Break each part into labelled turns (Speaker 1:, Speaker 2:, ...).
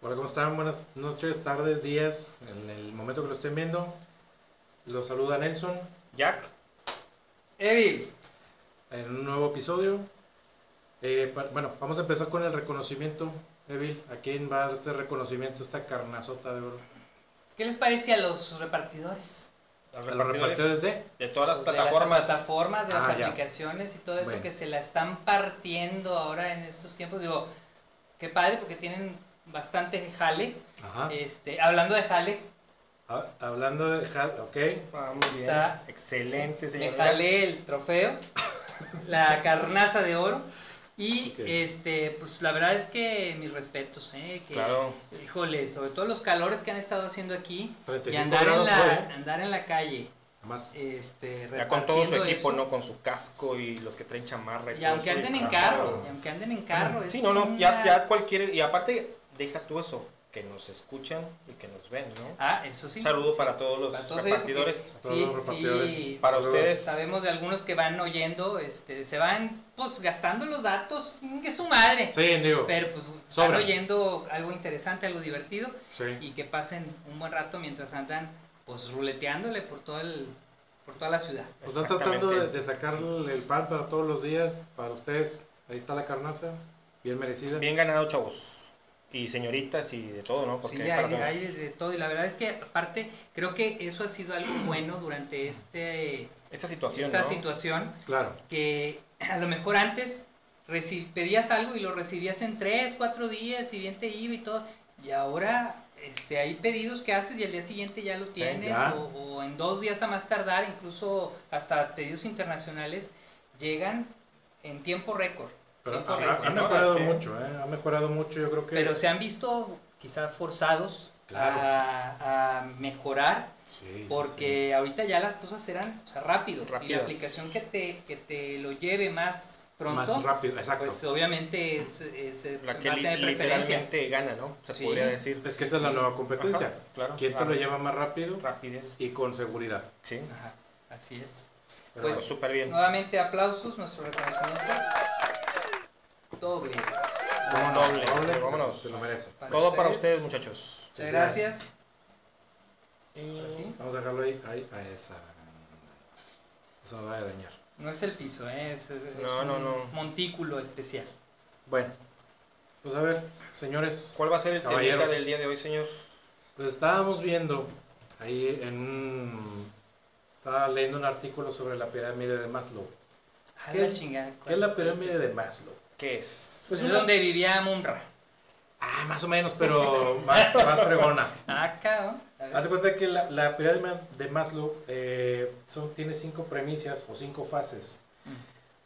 Speaker 1: Hola, ¿cómo están? Buenas noches, tardes, días, en el momento que lo estén viendo. Los saluda Nelson
Speaker 2: Jack. Edil.
Speaker 1: en un nuevo episodio. Eh, pa- bueno, vamos a empezar con el reconocimiento, Evil. ¿A quién va a dar este reconocimiento, esta carnazota de oro?
Speaker 3: ¿Qué les parece a los repartidores?
Speaker 2: Los
Speaker 1: A los repartidores de...
Speaker 2: De todas las
Speaker 3: Los de
Speaker 2: plataformas.
Speaker 3: plataformas, de las
Speaker 1: Ah, ya.
Speaker 3: aplicaciones y todo eso
Speaker 1: Bueno.
Speaker 3: que se la están partiendo ahora en estos tiempos. Digo, qué padre porque tienen bastante jale.
Speaker 2: Ah.
Speaker 1: Ajá.
Speaker 3: Este, hablando de jale,
Speaker 1: Ha- Hablando de... Hal- Ok.
Speaker 2: Ah, muy bien.
Speaker 3: Está-
Speaker 2: Excelente,
Speaker 3: me
Speaker 2: señor. Jack.
Speaker 3: jalé el trofeo, la carnaza de oro. Y
Speaker 1: Ok.
Speaker 3: este, pues la verdad es que mis respetos, ¿eh? Que,
Speaker 2: Claro.
Speaker 3: Híjole, sobre todo los calores que han estado haciendo aquí y
Speaker 1: 35
Speaker 3: andar en,
Speaker 1: grados fue, ¿eh?
Speaker 3: la, andar en la calle.
Speaker 1: Más.
Speaker 3: Este,
Speaker 2: Ya con todo su
Speaker 3: repartiendo
Speaker 2: equipo,
Speaker 3: eso.
Speaker 2: ¿no? Con su casco y los que traen chamarra y,
Speaker 3: Y
Speaker 2: todo
Speaker 3: aunque
Speaker 2: eso,
Speaker 3: anden en
Speaker 2: está-
Speaker 3: carro, y aunque anden en carro.
Speaker 2: Sí,
Speaker 3: es
Speaker 2: no, no, ya,
Speaker 3: una-
Speaker 2: ya cualquier. Y aparte, deja tú eso, que nos escuchan y que nos ven, ¿no?
Speaker 3: Ah, eso sí.
Speaker 2: Saludo para todos los
Speaker 3: Para todos ellos,
Speaker 2: repartidores.
Speaker 1: Todos los
Speaker 3: Sí,
Speaker 1: repartidores.
Speaker 3: sí.
Speaker 2: Para
Speaker 1: Luego,
Speaker 2: ustedes.
Speaker 3: Pues, Sabemos de algunos que van oyendo, este, se van pues gastando los datos, que su madre.
Speaker 1: Sí, digo.
Speaker 3: Pero pues
Speaker 1: Sobra.
Speaker 3: van oyendo algo interesante, algo divertido
Speaker 1: Sí.
Speaker 3: y que pasen un buen rato mientras andan pues ruleteándole por todo el por toda la ciudad.
Speaker 1: Pues están tratando de, de sacar el el pan para todos los días, para ustedes. Ahí está la carnaza, bien merecida.
Speaker 2: Bien ganado, chavos. Y señoritas y de todo, ¿no? Porque
Speaker 3: Sí,
Speaker 2: hay
Speaker 3: hay,
Speaker 2: para todos.
Speaker 3: hay desde todo y la verdad es que aparte creo que eso ha sido algo bueno durante este
Speaker 2: esta situación,
Speaker 3: esta
Speaker 2: ¿no?
Speaker 3: situación
Speaker 1: Claro.
Speaker 3: que a lo mejor antes reci- pedías algo y lo recibías en 3, 4 días y bien te iba y todo. Y ahora este, hay pedidos que haces y al día siguiente ya lo tienes
Speaker 1: ya.
Speaker 3: O, o en dos días a más tardar, incluso hasta pedidos internacionales llegan en tiempo récord.
Speaker 1: Pero
Speaker 3: Tiempo
Speaker 1: ha,
Speaker 3: récord,
Speaker 1: ha
Speaker 3: ¿no?
Speaker 1: mejorado
Speaker 2: Sí.
Speaker 1: mucho, ¿eh? Ha mejorado mucho, yo creo que.
Speaker 3: Pero se han visto quizás forzados
Speaker 1: Claro.
Speaker 3: a, a mejorar
Speaker 1: Sí, sí,
Speaker 3: porque ahorita ya las cosas eran o sea, rápido. Y
Speaker 2: Rápidas.
Speaker 3: la aplicación que te, que te lo lleve más
Speaker 1: sí.
Speaker 3: pronto.
Speaker 1: Más rápido, exacto.
Speaker 3: Pues obviamente es, es eh,
Speaker 2: La que
Speaker 3: va a
Speaker 2: li-
Speaker 3: tener preferencia.
Speaker 2: literalmente gana, ¿no? Se
Speaker 3: Sí.
Speaker 2: podría decir.
Speaker 1: es que esa es la nueva competencia.
Speaker 2: Ajá, claro.
Speaker 1: ¿Quién te
Speaker 2: Ah,
Speaker 1: lo lleva más rápido
Speaker 2: Rapidez.
Speaker 1: y con seguridad?
Speaker 2: Sí.
Speaker 3: Ajá, así es.
Speaker 1: Pero
Speaker 3: Pues-
Speaker 1: bueno,
Speaker 2: Súper bien.
Speaker 3: Nuevamente aplausos, nuestro reconocimiento. Doble.
Speaker 2: Un doble.
Speaker 1: doble,
Speaker 2: Vámonos.
Speaker 1: Se lo merece.
Speaker 2: Todo para ustedes, muchachos.
Speaker 3: Muchas gracias.
Speaker 2: Y-
Speaker 3: Así.
Speaker 1: Vamos a dejarlo ahí, ahí a esa. Eso me va a dañar.
Speaker 3: No es el piso, ¿eh? es, es
Speaker 2: No,
Speaker 3: un
Speaker 2: no, no.
Speaker 3: montículo especial.
Speaker 1: Bueno, pues a ver, señores,
Speaker 2: ¿Cuál va a ser el
Speaker 1: Caballeros.
Speaker 2: temita del día de hoy, señor?
Speaker 1: pues estábamos viendo ahí en un. Estaba leyendo un artículo sobre la pirámide de Maslow.
Speaker 3: A
Speaker 1: ¿Qué-
Speaker 3: la chingada,
Speaker 1: ¿Qué es la
Speaker 3: ¿cuál
Speaker 1: pirámide
Speaker 3: esa?
Speaker 1: de Maslow?
Speaker 2: ¿Qué es?
Speaker 1: Pues
Speaker 3: es
Speaker 1: una-
Speaker 3: donde vivía Munra.
Speaker 1: Ah, más o menos, pero más, más fregona.
Speaker 3: Acá, ¿no? A ver.
Speaker 1: Haz de cuenta que la, la pirámide de Maslow eh, son, tiene cinco premisas o cinco fases.
Speaker 3: Mm.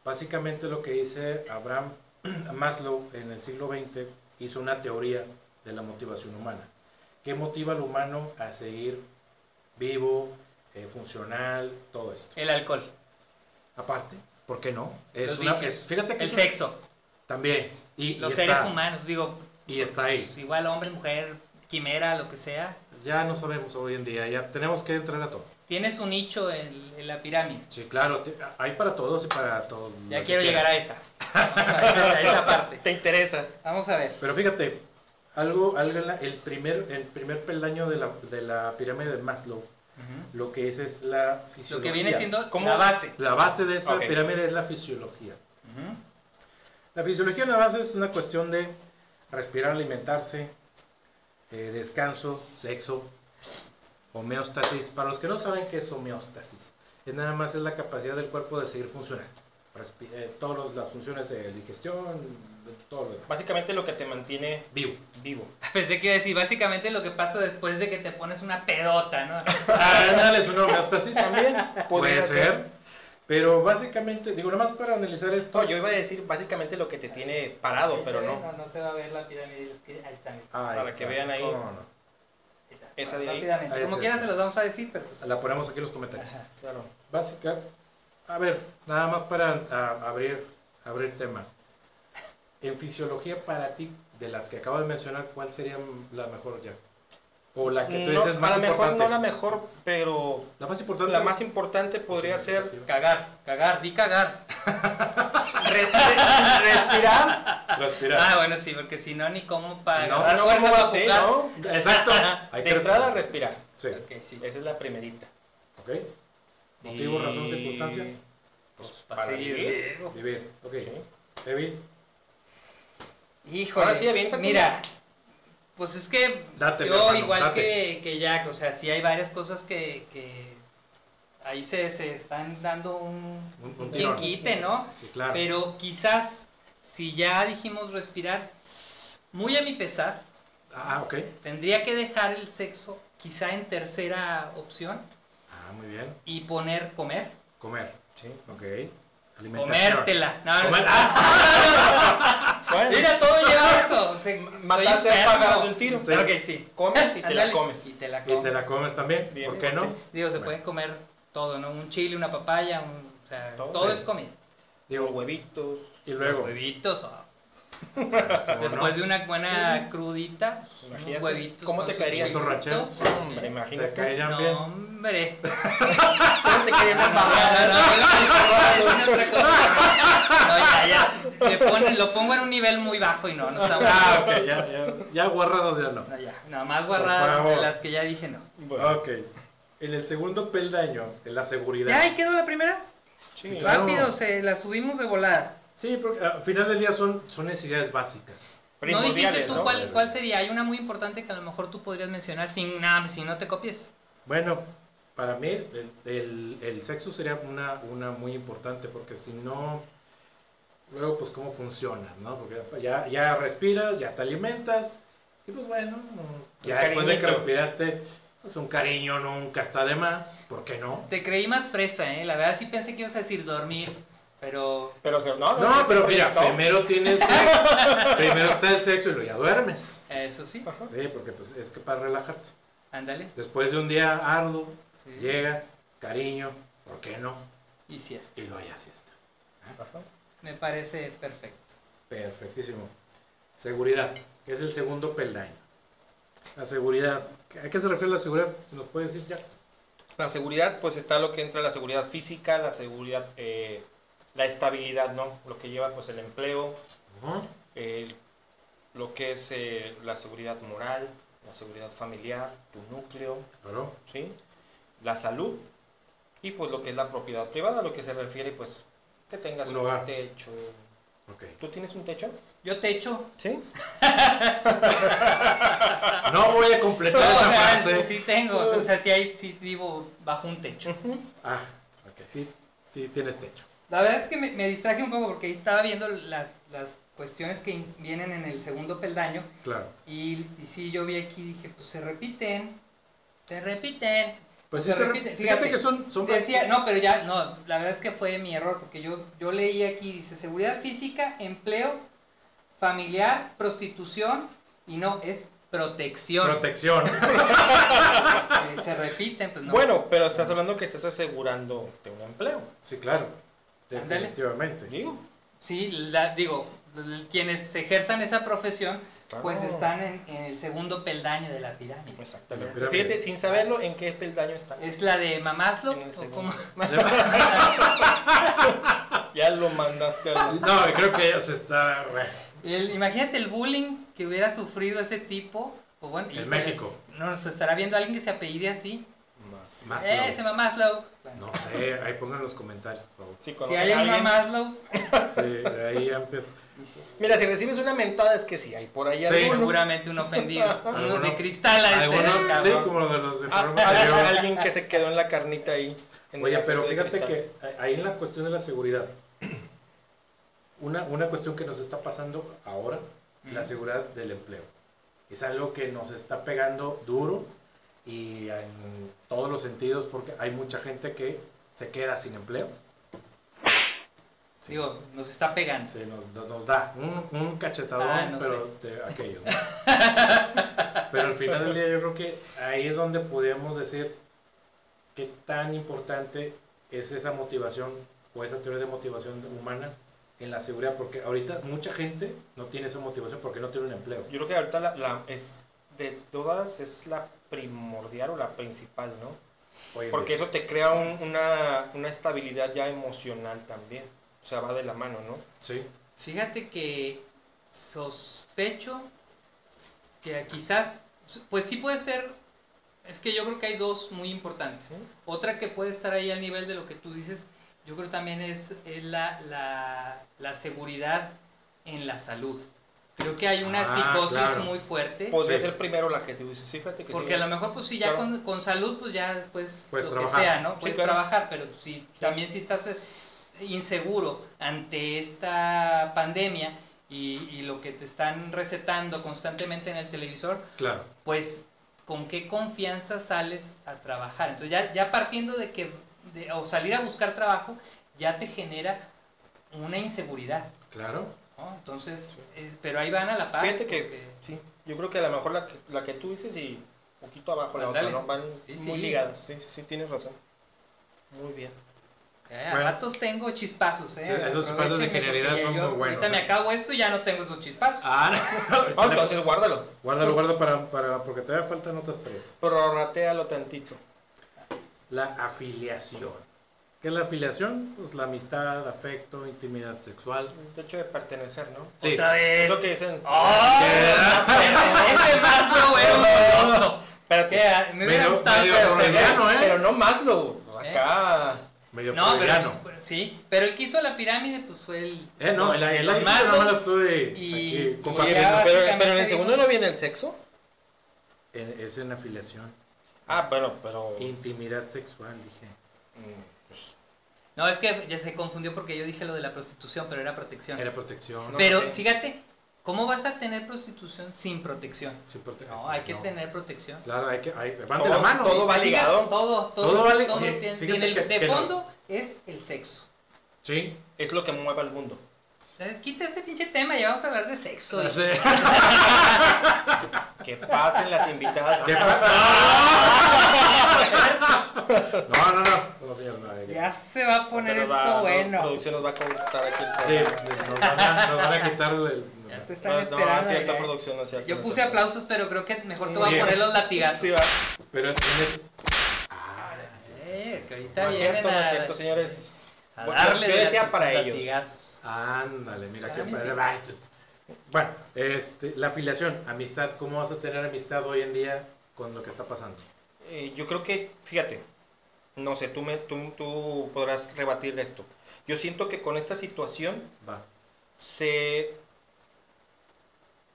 Speaker 1: Básicamente lo que dice Abraham Maslow en el siglo XX hizo una teoría de la motivación humana. ¿Qué motiva al humano a seguir vivo, eh, funcional, todo esto?
Speaker 3: El alcohol,
Speaker 1: Aparte, ¿por qué no? Es
Speaker 3: Los
Speaker 1: una-
Speaker 3: vicios.
Speaker 1: es- fíjate que
Speaker 3: el
Speaker 1: es una-
Speaker 3: sexo,
Speaker 1: también. Y, y
Speaker 3: los
Speaker 1: está,
Speaker 3: seres humanos, digo,
Speaker 1: Y está ahí.
Speaker 3: pues, igual hombre, mujer, quimera, lo que sea,
Speaker 1: Ya no sabemos hoy en día, ya tenemos que entrar a todo.
Speaker 3: Tiene su nicho en, en la pirámide.
Speaker 1: Sí, claro, te- hay para todos y para todos.
Speaker 3: Ya quiero llegar a esa. Vamos a ver, a esa parte.
Speaker 2: ¿Te interesa?
Speaker 3: Vamos a ver.
Speaker 1: Pero fíjate, algo, algo en la- el primer, el primer peldaño de la, de la pirámide de Maslow, lo que es es la
Speaker 3: Lo
Speaker 1: fisiología.
Speaker 3: que viene siendo
Speaker 2: ¿Cómo?
Speaker 3: la base.
Speaker 1: La base de esa
Speaker 2: Ok.
Speaker 1: pirámide es la fisiología. La fisiología en la base es una cuestión de respirar, alimentarse, eh, descanso, sexo, homeostasis. Para los que no saben qué es homeostasis, es nada más es la capacidad del cuerpo de seguir funcionando. Respi- eh, todas los- las funciones de digestión, de todo lo demás.
Speaker 2: Básicamente lo que te mantiene
Speaker 1: Vivo.
Speaker 2: vivo.
Speaker 3: Pensé que iba a decir básicamente lo que pasa después de que te pones una pedota, ¿no?
Speaker 1: Ah, Ándale, es una homeostasis también. Puede
Speaker 2: podría
Speaker 1: ser. Pero básicamente, digo, nada más para analizar esto.
Speaker 2: No, yo iba a decir básicamente lo que te tiene parado, pero no.
Speaker 3: No se va a ver la pirámide. Ahí está. mira.
Speaker 1: Ahí
Speaker 2: para que vean ahí.
Speaker 1: ¿Cómo no?
Speaker 3: Ahí está.
Speaker 2: Esa de ahí.
Speaker 3: Rápidamente.
Speaker 1: Ahí
Speaker 3: Como
Speaker 1: es
Speaker 3: quieras
Speaker 1: esa.
Speaker 3: se los vamos a decir, pero pues...
Speaker 1: La ponemos aquí en los comentarios.
Speaker 3: Ajá.
Speaker 2: Claro.
Speaker 1: Básica. A ver, nada más para a- abrir, abrir tema. En fisiología, para ti, de las que acabo de mencionar, ¿cuál sería la mejor ya? O la que tú
Speaker 2: No,
Speaker 1: dices más
Speaker 2: a lo mejor
Speaker 1: importante.
Speaker 2: no la mejor, pero
Speaker 1: La más importante.
Speaker 2: la más importante podría
Speaker 1: pues,
Speaker 2: ser
Speaker 1: significativa.
Speaker 3: Cagar, cagar, di cagar.
Speaker 2: re- re- respirar,
Speaker 1: respirar.
Speaker 3: Ah, bueno, sí, porque si no, ni cómo para.
Speaker 1: No,
Speaker 2: Ah,
Speaker 3: gastar
Speaker 2: no,
Speaker 3: fuerza
Speaker 2: ¿cómo
Speaker 3: para
Speaker 2: va a ser,
Speaker 3: jugar.
Speaker 2: no?
Speaker 1: Exacto. Hay
Speaker 2: De
Speaker 1: que
Speaker 2: entrada, respirar.
Speaker 1: Sí,
Speaker 3: Ok, sí.
Speaker 2: Esa es la primerita.
Speaker 1: ok. Motivo, razón, circunstancia.
Speaker 3: Pues para, seguir Diego.
Speaker 1: Vivir, ok.
Speaker 2: Sí.
Speaker 1: Evil,
Speaker 3: Híjole.
Speaker 2: Ahora sí, aviéntate.
Speaker 3: Mira, pues es que
Speaker 1: Date,
Speaker 3: yo
Speaker 1: mi hermano,
Speaker 3: igual
Speaker 1: date.
Speaker 3: que, que Jack, o sea, sí hay varias cosas que, que ahí se, se están dando un,
Speaker 1: un, un
Speaker 3: un
Speaker 1: tirón.
Speaker 3: quite, ¿no?
Speaker 1: Sí, claro.
Speaker 3: Pero quizás, si ya dijimos respirar, muy a mi pesar,
Speaker 1: Ah, ok.
Speaker 3: tendría que dejar el sexo quizá en tercera opción
Speaker 1: Ah, muy bien.
Speaker 3: y poner comer.
Speaker 1: Comer,
Speaker 2: Sí.
Speaker 1: ok. Alimentación.
Speaker 3: Comértela. No, no,
Speaker 1: Comer- ah.
Speaker 3: no.
Speaker 2: Bueno,
Speaker 3: Mira, todo lleva eso. o sea,
Speaker 2: M-
Speaker 3: soy
Speaker 2: mataste a
Speaker 3: enfermo.
Speaker 2: pájaros de un tiro.
Speaker 1: Sí.
Speaker 3: Claro que sí.
Speaker 2: Comes y te la
Speaker 3: Ándale,
Speaker 2: comes.
Speaker 3: Y te la comes.
Speaker 1: Y te la comes también,
Speaker 2: Bien.
Speaker 1: ¿por qué no?
Speaker 3: Digo, se
Speaker 1: Bueno.
Speaker 3: pueden comer todo, ¿no? Un chile, una papaya, un, o sea,
Speaker 2: Todo,
Speaker 3: todo,
Speaker 1: sí.
Speaker 3: es comida.
Speaker 2: Los
Speaker 1: Digo,
Speaker 2: huevitos.
Speaker 1: y luego,
Speaker 3: Los huevitos. o-
Speaker 1: ¿cómo
Speaker 3: Después
Speaker 1: no?
Speaker 3: de una buena crudita,
Speaker 2: Imagínate,
Speaker 3: unos huevitos.
Speaker 2: ¿cómo
Speaker 3: con
Speaker 2: te
Speaker 3: sus
Speaker 2: caerían?
Speaker 3: chilitos.
Speaker 1: Rancheros.
Speaker 2: Hombre,
Speaker 1: te
Speaker 2: imagínate.
Speaker 1: caerían
Speaker 3: No,
Speaker 1: bien.
Speaker 3: hombre.
Speaker 2: ¿Cómo te querían
Speaker 3: No, no, no,
Speaker 2: embarrar?
Speaker 3: no, no, no, otra cosa. No, ya, ya. Le ponen- lo pongo en un nivel muy bajo y no, no está
Speaker 1: Ah,
Speaker 3: bueno.
Speaker 1: ok, ya, ya, ya guardados ya no.
Speaker 3: No, ya. Nada más
Speaker 1: Por
Speaker 3: guardadas
Speaker 1: favor.
Speaker 3: de las que ya dije, no.
Speaker 2: Bueno,
Speaker 1: Ok. En el segundo peldaño, en la seguridad.
Speaker 3: Ya, ahí quedó la primera.
Speaker 2: sí,
Speaker 1: Claro.
Speaker 3: Rápido, se la subimos de volada.
Speaker 1: Sí, porque al final del día son, son necesidades básicas.
Speaker 3: No dijiste
Speaker 2: primordiales,
Speaker 3: tú
Speaker 2: ¿no?
Speaker 3: cuál, cuál sería. Hay una muy importante que a lo mejor tú podrías mencionar sin nada, si no te copies.
Speaker 1: Bueno, para mí el, el- el sexo sería una, una muy importante porque si no, luego pues cómo funciona, ¿no? Porque ya, ya respiras, ya te alimentas y pues bueno, ya
Speaker 2: Un
Speaker 1: después de que
Speaker 2: cariñito.
Speaker 1: respiraste, pues un cariño nunca está de más, ¿por qué no?
Speaker 3: Te creí más fresa, ¿eh? La verdad sí pensé que ibas a decir dormir, pero...
Speaker 2: Pero, o sea, no,
Speaker 1: No,
Speaker 2: se
Speaker 1: pero mira,
Speaker 2: proyectó.
Speaker 1: primero tienes, sexo, primero está el sexo y luego ya duermes.
Speaker 3: Eso sí,
Speaker 2: Ajá.
Speaker 1: Sí, porque pues es que para relajarte.
Speaker 3: ándale.
Speaker 1: Después de un día arduo,
Speaker 3: sí.
Speaker 1: llegas, cariño, ¿por qué no?
Speaker 3: Y siesta.
Speaker 1: Y lo hay así está.
Speaker 2: Ajá.
Speaker 3: Me parece perfecto.
Speaker 1: Perfectísimo. Seguridad, que es el segundo peldaño. La seguridad. ¿A qué se refiere la seguridad? ¿Nos puede decir ya?
Speaker 2: La seguridad, pues está lo que entra la seguridad física, la seguridad, eh, la estabilidad, ¿no? Lo que lleva, pues, el empleo, el- lo que es eh, la seguridad moral, la seguridad familiar, tu núcleo,
Speaker 1: Claro.
Speaker 2: ¿sí? La salud y, pues, lo que es la propiedad privada, lo que se refiere, pues, que tengas
Speaker 1: Un
Speaker 2: un,
Speaker 1: hogar.
Speaker 2: techo.
Speaker 1: Ok.
Speaker 2: ¿Tú tienes un techo?
Speaker 3: Yo te echo.
Speaker 2: Sí.
Speaker 1: No voy a
Speaker 3: No,
Speaker 1: completar
Speaker 3: o
Speaker 1: esa
Speaker 3: sea,
Speaker 1: frase.
Speaker 3: sí tengo, o sea, sí, hay, sí vivo bajo un techo.
Speaker 1: Ah, ok. Sí, sí, tienes techo.
Speaker 3: La verdad es que me, me distraje un poco porque ahí estaba viendo las, las cuestiones que in- vienen en el segundo peldaño
Speaker 1: Claro.
Speaker 3: y, y sí, yo vi aquí y dije, pues se repiten, se repiten.
Speaker 1: Pues sí,
Speaker 3: Se
Speaker 1: se re-
Speaker 3: repite,
Speaker 1: fíjate,
Speaker 3: fíjate.
Speaker 1: que son... son
Speaker 3: Decía, no, pero ya, no, la verdad es que fue mi error, porque yo, yo leí aquí, dice, seguridad física, empleo, familiar, prostitución, y no, es protección.
Speaker 1: Protección.
Speaker 3: Eh, se repiten, pues no.
Speaker 2: Bueno, pero estás hablando que estás asegurando de un empleo,
Speaker 1: Sí, claro.
Speaker 3: Ándale.
Speaker 1: Definitivamente.
Speaker 2: digo.
Speaker 3: Sí, la- digo, l- quienes ejerzan esa profesión,
Speaker 2: Claro.
Speaker 3: pues están en, en el segundo peldaño de la pirámide.
Speaker 2: Exactamente.
Speaker 1: La pirámide.
Speaker 2: Fíjate, sin saberlo, ¿en qué peldaño están?
Speaker 3: ¿Es la de Mamaslo?
Speaker 2: En el
Speaker 3: ¿O
Speaker 2: segundo.
Speaker 3: cómo?
Speaker 2: Ya lo mandaste a la...
Speaker 1: No, creo que ya se está... bueno,
Speaker 3: El- imagínate el bullying que hubiera sufrido ese tipo. O bueno,
Speaker 1: en
Speaker 3: y-
Speaker 1: México.
Speaker 3: No, nos estará viendo alguien que se apellide así.
Speaker 2: Más.
Speaker 1: Más
Speaker 3: Eh, ese Mamaslo. Bueno.
Speaker 1: No sé, ahí pongan los comentarios, por favor.
Speaker 2: Si
Speaker 3: Si
Speaker 2: conoces
Speaker 3: hay
Speaker 2: a
Speaker 3: una
Speaker 2: alguien...
Speaker 3: Maslow,
Speaker 1: Sí, ahí empezó.
Speaker 2: Mira, si recibes una mentada es que sí, hay por ahí
Speaker 1: Sí,
Speaker 2: alguno.
Speaker 3: seguramente un ofendido. Uno
Speaker 1: Alguno-
Speaker 3: de cristal a este
Speaker 1: Algunos,
Speaker 3: era,
Speaker 1: sí,
Speaker 3: cabrón.
Speaker 1: como los de los de
Speaker 2: Ah,
Speaker 1: forma
Speaker 2: hay
Speaker 1: anterior.
Speaker 2: alguien que se quedó en la carnita ahí. en el
Speaker 1: Oye,
Speaker 2: vasito
Speaker 1: pero
Speaker 2: de
Speaker 1: fíjate
Speaker 2: cristal.
Speaker 1: que ahí en la cuestión de la seguridad, una, una cuestión que nos está pasando ahora, la
Speaker 3: Ujú.
Speaker 1: seguridad del empleo. Es algo que nos está pegando duro y en todos los sentidos porque hay mucha gente que se queda sin empleo.
Speaker 3: Digo, nos está pegando.
Speaker 1: Se nos, nos da un, un cachetadón,
Speaker 3: Ah, no
Speaker 1: pero de aquellos. ¿no? pero al final del día yo creo que ahí es donde podemos decir qué tan importante es esa motivación o esa teoría de motivación humana en la seguridad, porque ahorita mucha gente no tiene esa motivación porque no tiene un empleo.
Speaker 2: Yo creo que ahorita la, la- es de todas es la primordial o la principal, ¿no?
Speaker 1: Oye,
Speaker 2: Porque eso te crea un- una, una estabilidad ya emocional también. O sea, va de la mano, ¿no?
Speaker 1: Sí,
Speaker 3: Fíjate que sospecho que quizás, pues sí puede ser, es que yo creo que hay dos muy importantes.
Speaker 2: Ujú.
Speaker 3: Otra que puede estar ahí al nivel de lo que tú dices, yo creo también es, es la, la- la seguridad en la salud. Creo que hay una
Speaker 1: Ah,
Speaker 3: psicosis
Speaker 1: claro.
Speaker 3: muy fuerte.
Speaker 2: Podría
Speaker 1: Sí.
Speaker 2: ser primero la que tú dices. Sí, fíjate que
Speaker 3: Porque
Speaker 2: sí.
Speaker 3: a lo mejor, pues si ya
Speaker 2: Claro.
Speaker 3: con, con salud, pues ya después
Speaker 1: Puedes
Speaker 3: lo
Speaker 1: trabajar.
Speaker 3: que sea, ¿no?
Speaker 2: Sí,
Speaker 3: Puedes
Speaker 2: claro.
Speaker 3: trabajar, pero si también si estás eh, inseguro ante esta pandemia y, y lo que te están recetando constantemente en el televisor,
Speaker 1: Claro.
Speaker 3: pues con qué confianza sales a trabajar. Entonces ya, ya partiendo de que, de- o salir a buscar trabajo, ya te genera una inseguridad,
Speaker 1: Claro.
Speaker 3: ¿no? Entonces, eh, pero ahí van a la par.
Speaker 2: Fíjate que,
Speaker 3: porque-
Speaker 2: sí, yo creo que a lo mejor la que, la que tú dices y poquito abajo la otra,
Speaker 3: Ándale.
Speaker 2: ¿no? Van
Speaker 3: Pues Sí,
Speaker 2: muy
Speaker 3: sí.
Speaker 2: ligadas. Sí, sí, sí, tienes razón. Muy bien.
Speaker 3: Eh,
Speaker 1: Bueno.
Speaker 3: a ratos tengo chispazos, ¿eh?
Speaker 1: Sí, esos chispazos de
Speaker 3: Aprovechenme,
Speaker 1: genialidad
Speaker 3: porque
Speaker 1: son
Speaker 3: yo
Speaker 1: muy buenos,
Speaker 3: Ahorita me
Speaker 1: ¿eh?
Speaker 3: acabo esto y ya no tengo esos chispazos.
Speaker 1: Ah,
Speaker 2: Ah, entonces guárdalo.
Speaker 1: Guárdalo, guárdalo para, para, porque todavía faltan otras tres.
Speaker 2: Prorratealo tantito.
Speaker 1: La afiliación. ¿Qué es la afiliación? Pues la amistad, afecto, intimidad sexual.
Speaker 2: De hecho, de pertenecer, ¿no?
Speaker 1: Sí.
Speaker 3: Otra
Speaker 2: Es
Speaker 3: vez.
Speaker 2: lo que dicen.
Speaker 3: ¡Oh! Ese Maslow era un odioso.
Speaker 2: Espérate,
Speaker 3: Que, ah, Me hubiera
Speaker 1: Medio-
Speaker 3: gustado
Speaker 1: medio
Speaker 3: que se
Speaker 1: problema.
Speaker 3: vea.
Speaker 1: Freudiano, ¿eh?
Speaker 2: Pero no Maslow.
Speaker 3: ¿Eh?
Speaker 2: Acá.
Speaker 1: Medio
Speaker 3: No, pero,
Speaker 1: freudiano.
Speaker 3: pues, sí, pero el que hizo la pirámide pues fue el...
Speaker 1: Eh, no, el, el,
Speaker 3: Don
Speaker 1: el
Speaker 3: Marco.
Speaker 1: no me lo estuve
Speaker 3: y-
Speaker 1: aquí
Speaker 3: y
Speaker 2: Oye,
Speaker 1: compartiendo.
Speaker 3: ya-
Speaker 2: pero,
Speaker 3: básicamente
Speaker 2: pero en el
Speaker 3: digo-
Speaker 2: segundo no viene el sexo.
Speaker 1: En- Eh, es en afiliación.
Speaker 2: Ah, bueno, pero.
Speaker 1: Intimidad sexual, dije.
Speaker 2: mm, pues,
Speaker 3: No, es que ya se confundió porque yo dije lo de la prostitución, pero era protección.
Speaker 1: Era protección.
Speaker 2: No,
Speaker 3: Pero
Speaker 2: sí.
Speaker 3: fíjate, ¿cómo vas a tener prostitución sin protección?
Speaker 1: Sí, prote-
Speaker 3: No, hay que
Speaker 1: no.
Speaker 3: tener protección.
Speaker 1: Claro, hay que. Hay, levante
Speaker 2: Todo-
Speaker 1: la mano.
Speaker 2: todo va ligado.
Speaker 3: Todo, todo,
Speaker 1: Todo vale-
Speaker 3: todo
Speaker 1: oye,
Speaker 3: tiene-
Speaker 1: fíjate
Speaker 3: tiene el-
Speaker 1: que-
Speaker 3: de
Speaker 1: que nos-
Speaker 3: fondo es el sexo.
Speaker 1: Sí.
Speaker 2: Es lo que mueve al mundo.
Speaker 3: ¿Sabes? Quita este pinche tema y vamos a hablar de sexo. y-
Speaker 1: Sí.
Speaker 2: Que pasen las invitadas. Ah.
Speaker 1: ¿Qué pasa? No, no, no. No, señor, no, hay que-
Speaker 3: Ya se va a poner
Speaker 2: Pero
Speaker 3: esto
Speaker 2: va- no,
Speaker 3: bueno.
Speaker 2: producción nos va a cortar aquí el
Speaker 1: Sí,
Speaker 2: programa.
Speaker 1: nos van a, nos van a quitar el.
Speaker 3: Ya te
Speaker 2: No,
Speaker 3: están
Speaker 2: es- no,
Speaker 3: esperando.
Speaker 2: no es cierto,
Speaker 3: ya.
Speaker 2: producción, no es cierto.
Speaker 3: Yo
Speaker 2: no es
Speaker 3: puse
Speaker 2: cierto.
Speaker 3: aplausos, pero creo que mejor te voy
Speaker 2: Oye.
Speaker 3: a poner los latigazos.
Speaker 2: Sí, va.
Speaker 1: Pero es. en es- Ah, sí.
Speaker 3: Eh, que ahorita
Speaker 2: No es
Speaker 3: vienen
Speaker 2: cierto, no es
Speaker 3: a-
Speaker 2: cierto, señores.
Speaker 3: a
Speaker 2: Bueno,
Speaker 3: darle
Speaker 2: yo
Speaker 3: de
Speaker 2: decía
Speaker 3: lat-
Speaker 2: para ellos.
Speaker 3: latigazos.
Speaker 1: Ándale, mira
Speaker 3: Para
Speaker 1: qué
Speaker 3: mí
Speaker 1: padre.
Speaker 3: sí.
Speaker 1: Ay, tut. Bueno, este, la afiliación, amistad, ¿cómo vas a tener amistad hoy en día con lo que está pasando?
Speaker 2: Eh, yo creo que, fíjate, no sé, tú, me, tú, tú podrás rebatir esto. Yo siento que con esta situación
Speaker 1: Va.
Speaker 2: se,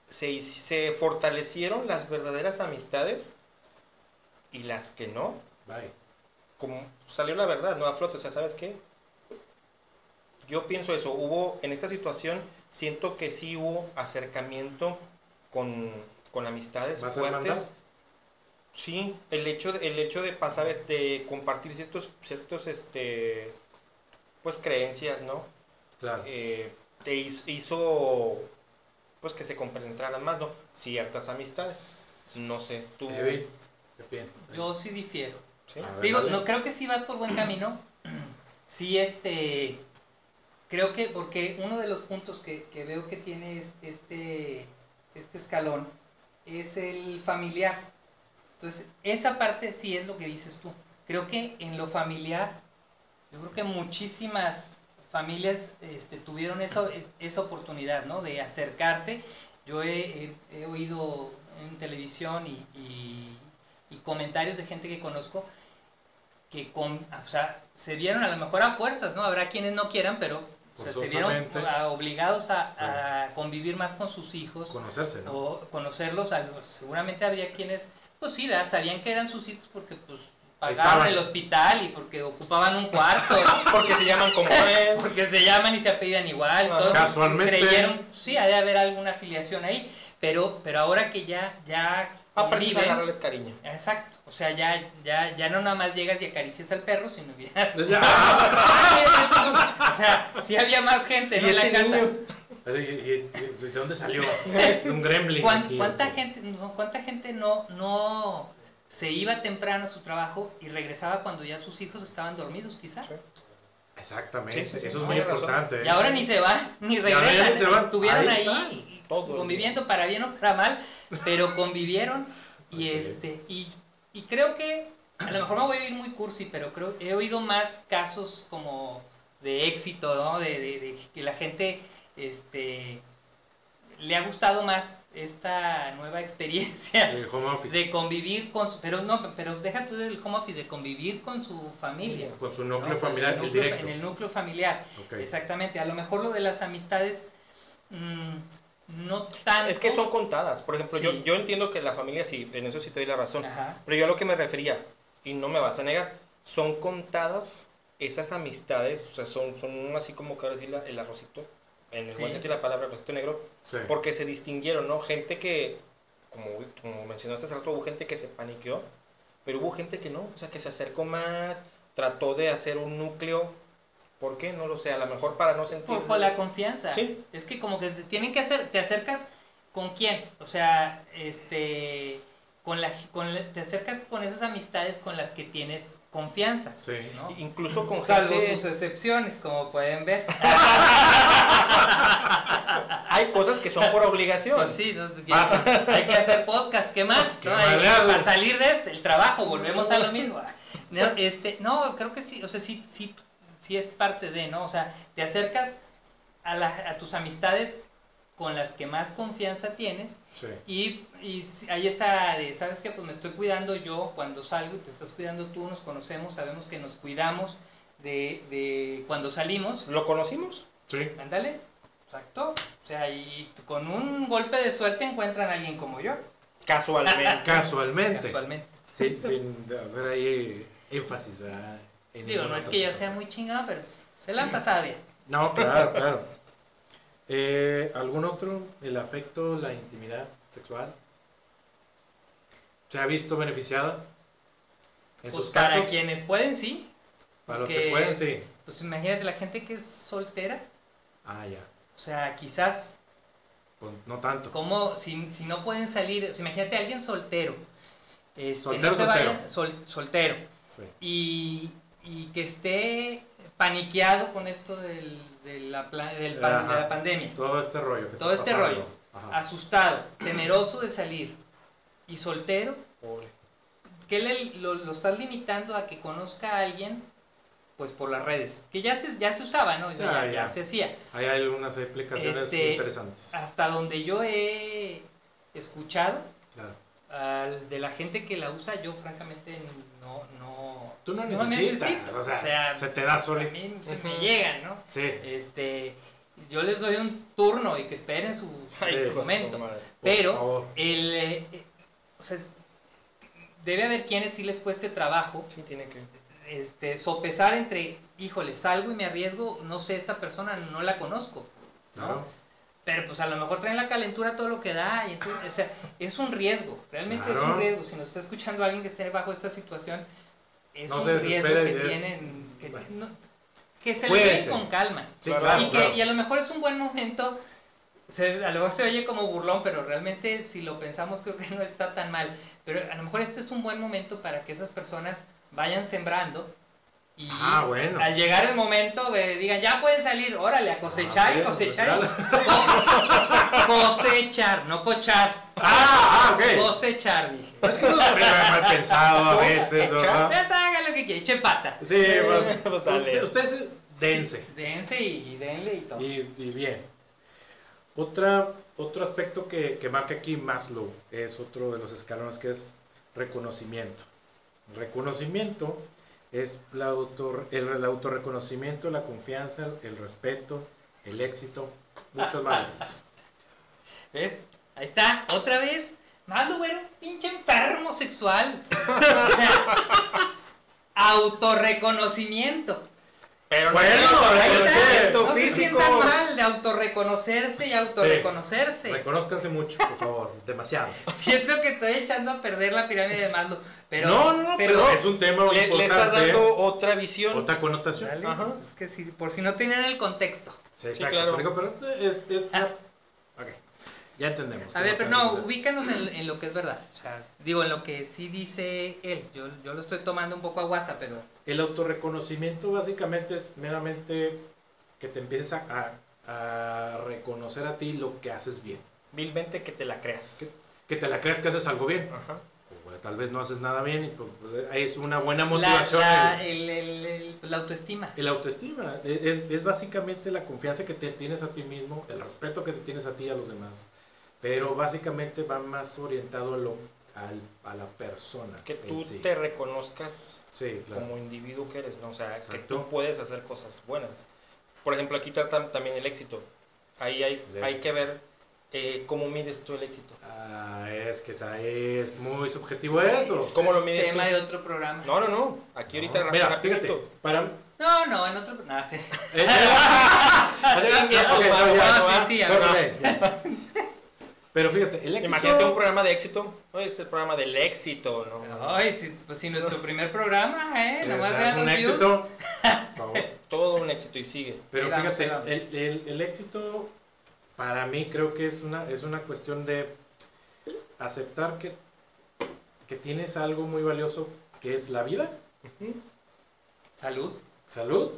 Speaker 2: se, hi- se fortalecieron las verdaderas amistades y las que no.
Speaker 1: Bye.
Speaker 2: Como salió la verdad, no a flote, o sea, ¿sabes qué? Yo pienso eso, hubo, en esta situación, siento que sí hubo acercamiento con, con amistades
Speaker 1: ¿Más
Speaker 2: fuertes.
Speaker 1: hermandad?
Speaker 2: Sí, el hecho de, el hecho de pasar, este, compartir ciertos, ciertos, este, pues creencias, ¿no?
Speaker 1: Claro.
Speaker 2: Eh, te hizo, hizo, pues que se compenetraran más, ¿no? Ciertas amistades. No sé, tú.
Speaker 1: Evi, ¿qué piensas?
Speaker 3: Yo sí difiero.
Speaker 2: ¿sí?
Speaker 1: A ver,
Speaker 3: Digo,
Speaker 1: dale.
Speaker 3: no creo que sí vas por buen camino. Sí, este. Creo que, porque uno de los puntos que, que veo que tiene es- este, este escalón es el familiar. Entonces, esa parte sí es lo que dices tú. Creo que en lo familiar, yo creo que muchísimas familias este, tuvieron esa, esa oportunidad, ¿no? De acercarse. Yo he, he- he oído en televisión y- y- y comentarios de gente que conozco que con, o sea, se vieron a lo mejor a fuerzas, ¿no? Habrá quienes no quieran, pero o sea, se vieron
Speaker 1: Forzosamente.
Speaker 3: a- obligados a, a convivir más con sus hijos
Speaker 1: Conocerse, ¿no?
Speaker 3: o conocerlos. a los- seguramente habría quienes, pues sí, ¿verdad? sabían que eran sus hijos porque pues
Speaker 1: Ahí
Speaker 3: pagaban
Speaker 1: estaban.
Speaker 3: el hospital y porque ocupaban un cuarto,
Speaker 2: Porque se llaman como él.
Speaker 3: porque se llaman y se apellidan igual.
Speaker 2: Ah,
Speaker 3: entonces,
Speaker 1: casualmente.
Speaker 3: Creyeron, sí, ha de haber alguna afiliación ahí, pero, pero ahora que ya, ya
Speaker 1: Ah,
Speaker 2: Aprendes a
Speaker 3: conviven-
Speaker 2: Ah, agarrarles cariño.
Speaker 3: Exacto, o sea, ya, ya, ya no nada más llegas y acaricias al perro, sino que ya...
Speaker 1: Pues Ya.
Speaker 3: o sea, sí había más gente ¿no? en la
Speaker 2: este
Speaker 3: casa.
Speaker 2: niño?
Speaker 1: Así que, ¿y- ¿De dónde salió? Es un gremlin.
Speaker 3: ¿Cuán-
Speaker 1: aquí.
Speaker 3: ¿Cuánta gente, no, cuánta gente no, no se iba temprano a su trabajo y regresaba cuando ya sus hijos estaban dormidos, quizá?
Speaker 1: Exactamente,
Speaker 2: Sí, sí, sí.
Speaker 1: eso es
Speaker 2: No,
Speaker 1: muy
Speaker 2: hay razón.
Speaker 1: importante. ¿eh?
Speaker 3: Y ahora ni se van, ni
Speaker 1: ahora ya ni
Speaker 3: regresan.
Speaker 1: se van.
Speaker 3: Estuvieron
Speaker 1: Ahí
Speaker 3: ahí,
Speaker 1: están,
Speaker 2: todo el
Speaker 3: conviviendo para bien o para mal, pero convivieron y
Speaker 1: Ok.
Speaker 3: este y, y creo que a lo mejor me voy a ir muy cursi, pero creo he oído más casos como de éxito, ¿no? De, de- de que la gente este le ha gustado más esta nueva experiencia
Speaker 1: El home office.
Speaker 3: de convivir con su, pero no, pero deja tú del home office, de convivir con su familia.
Speaker 1: Con su núcleo
Speaker 3: ¿no?
Speaker 1: familiar,
Speaker 3: En
Speaker 1: el,
Speaker 3: núcleo-
Speaker 1: directo.
Speaker 3: En el núcleo familiar,
Speaker 1: Ok.
Speaker 3: exactamente. A lo mejor lo de las amistades, mm, no tan...
Speaker 2: Es que son contadas. Por ejemplo, yo,
Speaker 3: Sí.
Speaker 2: yo entiendo que la familia sí, en eso sí te doy la razón.
Speaker 3: Ajá.
Speaker 2: Pero yo a lo que me refería, y no me vas a negar, son contadas esas amistades, o sea, son, son así como que ahora sí la- el arrocito, en el buen
Speaker 3: Sí.
Speaker 2: sentido de la palabra, arrocito negro,
Speaker 1: Sí.
Speaker 2: porque se distinguieron, ¿no? Gente que, como, como mencionaste hace rato, hubo gente que se paniqueó, pero hubo gente que no, o sea, que se acercó más, trató de hacer un núcleo, ¿por qué? No lo sé, a lo mejor para no sentir...
Speaker 3: Por, con la confianza.
Speaker 2: Sí.
Speaker 3: Es que como que te tienen que hacer, te acercas con quién, o sea, este, con la, con la- te acercas con esas amistades con las que tienes confianza.
Speaker 1: Sí.
Speaker 3: ¿no?
Speaker 2: Incluso con
Speaker 3: Salvo
Speaker 2: gente...
Speaker 3: sus excepciones, como pueden ver.
Speaker 2: Hay cosas que son por obligación.
Speaker 3: Pues sí, no, hay que hacer podcast, ¿qué más?
Speaker 1: Ah. Qué
Speaker 3: ¿No? Hay-
Speaker 1: maleados.
Speaker 3: para salir de este, el trabajo, volvemos a lo mismo. No, este, no, creo que sí, o sea, sí, sí, sí es parte de, ¿no? O sea, te acercas a, la- a tus amistades con las que más confianza tienes
Speaker 1: Sí.
Speaker 3: y, y si hay esa de, ¿sabes qué? Pues me estoy cuidando yo cuando salgo y te estás cuidando tú, nos conocemos, sabemos que nos cuidamos de, de cuando salimos.
Speaker 2: ¿Lo conocimos?
Speaker 1: Sí.
Speaker 3: Ándale, exacto. O sea, y t- con un golpe de suerte encuentran a alguien como yo,
Speaker 2: Casualmente.
Speaker 1: Casualmente.
Speaker 3: casualmente.
Speaker 1: Sin, sin hacer ahí énfasis, ¿verdad? En
Speaker 3: Digo, no
Speaker 1: ninguna
Speaker 3: es que yo
Speaker 1: otra
Speaker 3: sea
Speaker 1: cosa.
Speaker 3: muy chingada, pero pues, se la han pasado bien.
Speaker 1: No, claro, claro. Eh, ¿Algún otro? ¿El afecto, la intimidad sexual? ¿Se ha visto beneficiada? En
Speaker 3: Pues
Speaker 1: sus
Speaker 3: para
Speaker 1: casos,
Speaker 3: quienes pueden, sí.
Speaker 1: para los
Speaker 3: que-
Speaker 1: que pueden, sí.
Speaker 3: Pues imagínate la gente que es soltera.
Speaker 1: Ah, ya.
Speaker 3: O sea, quizás,
Speaker 1: Pues, no tanto.
Speaker 3: como si, si no pueden salir, o sea, imagínate a alguien soltero. Este,
Speaker 1: Soltero,
Speaker 3: no se
Speaker 1: soltero.
Speaker 3: vayan- sol- soltero.
Speaker 1: Sí.
Speaker 3: Y, y que esté paniqueado con esto del, de, la, pla- del pan- de
Speaker 1: Ajá.
Speaker 3: la pandemia.
Speaker 1: Todo este rollo. que
Speaker 3: Todo
Speaker 1: está
Speaker 3: este
Speaker 1: pasando.
Speaker 3: rollo.
Speaker 1: Ajá.
Speaker 3: asustado, temeroso de salir y soltero, ¿qué le- lo, lo estás limitando a que conozca a alguien? Pues por las redes, que ya se, ya se usaba, ¿no? O sea,
Speaker 1: Ah,
Speaker 3: ya,
Speaker 1: ya.
Speaker 3: ya se hacía.
Speaker 1: Hay algunas explicaciones
Speaker 3: Este,
Speaker 1: interesantes.
Speaker 3: Hasta donde yo he escuchado
Speaker 1: Claro.
Speaker 3: al- de la gente que la usa, yo francamente no, no,
Speaker 1: Tú no,
Speaker 3: no
Speaker 1: necesitas.
Speaker 3: necesito.
Speaker 1: O sea, se te
Speaker 3: a
Speaker 1: da solo.
Speaker 3: mí se me
Speaker 2: Ujú.
Speaker 3: llegan, ¿no?
Speaker 1: Sí.
Speaker 3: Este, yo les doy un turno y que esperen su,
Speaker 1: Sí.
Speaker 2: Ay, hijo de su
Speaker 3: Momento.
Speaker 2: madre.
Speaker 1: Por
Speaker 3: Pero
Speaker 1: favor.
Speaker 3: el, eh, eh, o sea, debe haber quienes sí les cueste trabajo
Speaker 2: Sí, tiene que.
Speaker 3: este, sopesar entre, híjole, salgo y me arriesgo, no sé, esta persona no la conozco. ¿no?
Speaker 1: Claro.
Speaker 3: Pero pues a lo mejor traen la calentura todo lo que da. Y entonces, o sea, es un riesgo, realmente es
Speaker 1: Claro.
Speaker 3: un riesgo. Si nos está escuchando alguien que esté bajo esta situación, es
Speaker 1: No
Speaker 3: un
Speaker 1: se
Speaker 3: riesgo
Speaker 1: desespere,
Speaker 3: que
Speaker 1: ya-
Speaker 3: tienen, que,
Speaker 1: Bueno.
Speaker 3: no- que se le
Speaker 1: Cuídense.
Speaker 3: den con calma.
Speaker 1: Sí,
Speaker 2: Claro.
Speaker 1: claro,
Speaker 3: Y, que-
Speaker 1: Ah, claro.
Speaker 3: y a lo mejor es un buen momento, se- a lo mejor se oye como burlón, pero realmente si lo pensamos creo que no está tan mal. Pero a lo mejor este es un buen momento para que esas personas vayan sembrando y
Speaker 1: Ah, bueno.
Speaker 3: al llegar el momento de, digan, ya pueden salir, órale, a cosechar y
Speaker 1: Ah,
Speaker 3: cosechar. y-
Speaker 1: claro.
Speaker 3: co- cosechar, no cochar.
Speaker 1: Ah, ah, ok.
Speaker 3: Cosechar, dije.
Speaker 1: Es que uno se ve mal pensado a
Speaker 2: Cosa,
Speaker 1: veces,
Speaker 2: echar.
Speaker 1: ¿verdad?
Speaker 3: Ya haga lo que quiera, eche pata.
Speaker 1: Sí, pues,
Speaker 2: Eh, pues, dale.
Speaker 1: ustedes dense.
Speaker 3: Dense y, y denle y todo.
Speaker 1: Y, y bien. Otra, otro aspecto que, que marca aquí Maslow es otro de los escalones que es reconocimiento. Reconocimiento es la autor, el, el autorreconocimiento, la confianza, el respeto, el éxito, muchos más.
Speaker 3: ¿Ves? Ahí está, otra vez. Malo era un pinche enfermo sexual. O sea, autorreconocimiento.
Speaker 2: Pero
Speaker 1: Bueno,
Speaker 2: no,
Speaker 1: ahí
Speaker 2: pero
Speaker 1: está.
Speaker 2: siento
Speaker 3: No se
Speaker 2: físico.
Speaker 3: sientan mal de autorreconocerse y autorreconocerse.
Speaker 1: Reconózcanse mucho, por favor, demasiado.
Speaker 3: Siento que estoy echando a perder la pirámide de Maslow. Pero,
Speaker 1: no, no, no, pero, es un tema
Speaker 2: Le, le
Speaker 1: importante.
Speaker 2: estás dando otra visión.
Speaker 1: otra connotación.
Speaker 3: Dale,
Speaker 2: Ajá.
Speaker 3: pues es que si, por si no tenían el contexto.
Speaker 1: Sí,
Speaker 2: Sí,
Speaker 1: exacto.
Speaker 2: claro.
Speaker 1: Pero, digo, pero es, es una-
Speaker 3: Ah.
Speaker 1: Ok, ya entendemos.
Speaker 3: A ver, pero no,
Speaker 1: ubica
Speaker 3: ubícanos en, en lo que es verdad. O sea, digo, en lo que sí dice él. Yo, yo lo estoy tomando un poco a guasa, pero
Speaker 1: El autorreconocimiento básicamente es meramente que te empieces a, a- a reconocer a ti lo que haces bien.
Speaker 2: Vilmente que te la creas.
Speaker 1: Que te la creas que haces algo bien.
Speaker 2: Ajá.
Speaker 1: O, bueno, tal vez no haces nada bien y pues, es una buena
Speaker 3: La-
Speaker 1: motivación.
Speaker 3: La,
Speaker 1: el-
Speaker 3: el- el- el- pues, la autoestima.
Speaker 1: el autoestima E, es, es básicamente la confianza que te tienes a ti mismo, el respeto que te tienes a ti y a los demás, pero básicamente va más orientado a, lo, al- a la persona.
Speaker 2: Que
Speaker 1: en
Speaker 2: tú
Speaker 1: sí.
Speaker 2: te reconozcas
Speaker 1: Sí, claro.
Speaker 2: como individuo que eres, ¿no? O sea, que
Speaker 1: Exacto.
Speaker 2: tú puedes hacer cosas buenas. Por ejemplo, aquí tratan también el éxito. Ahí hay,
Speaker 1: El
Speaker 2: hay
Speaker 1: éxito.
Speaker 2: que ver eh, cómo mides tú el éxito.
Speaker 1: Ah, es que esa es muy subjetivo eso.
Speaker 2: ¿Cómo lo
Speaker 3: Es
Speaker 2: mides
Speaker 3: Tema
Speaker 2: tú?
Speaker 3: de otro programa. No,
Speaker 2: No, no, no. Aquí ahorita
Speaker 1: No. Mira,
Speaker 2: rapidito.
Speaker 1: fíjate, para...
Speaker 3: no, en otro programa.
Speaker 1: Eh, ah, ok, no, ya,
Speaker 2: no,
Speaker 3: sí, sí,
Speaker 1: no,
Speaker 3: ya,
Speaker 1: ok,
Speaker 3: no.
Speaker 1: ya. Pero fíjate, el éxito...
Speaker 2: Imagínate un programa de éxito. Oye, este programa del éxito, ¿no?
Speaker 3: Ay, si, pues si nuestro primer programa, ¿eh? Nomás
Speaker 1: es
Speaker 3: vean
Speaker 1: un
Speaker 3: los views.
Speaker 1: éxito. No.
Speaker 2: Todo un éxito y sigue.
Speaker 1: Pero
Speaker 3: Ahí vamos,
Speaker 1: fíjate,
Speaker 3: ahí vamos.
Speaker 1: el, el- el éxito para mí creo que es una, es una cuestión de aceptar que, que tienes algo muy valioso que es la vida,
Speaker 3: Salud.
Speaker 1: salud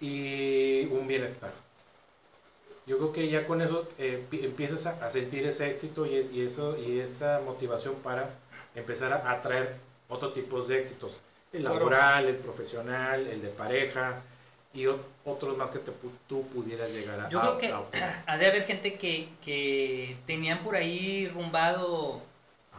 Speaker 1: y un bienestar. Yo creo que ya con eso eh, pi- empiezas a, a sentir ese éxito y, es- y eso, y esa motivación para empezar a atraer otro tipo de éxitos. El
Speaker 2: Claro.
Speaker 1: laboral, el profesional, el de pareja y o- otros más que te pu- tú pudieras llegar a,
Speaker 3: Yo
Speaker 1: a-
Speaker 3: creo que
Speaker 1: a obtener.
Speaker 3: ha de haber gente que, que tenían por ahí rumbado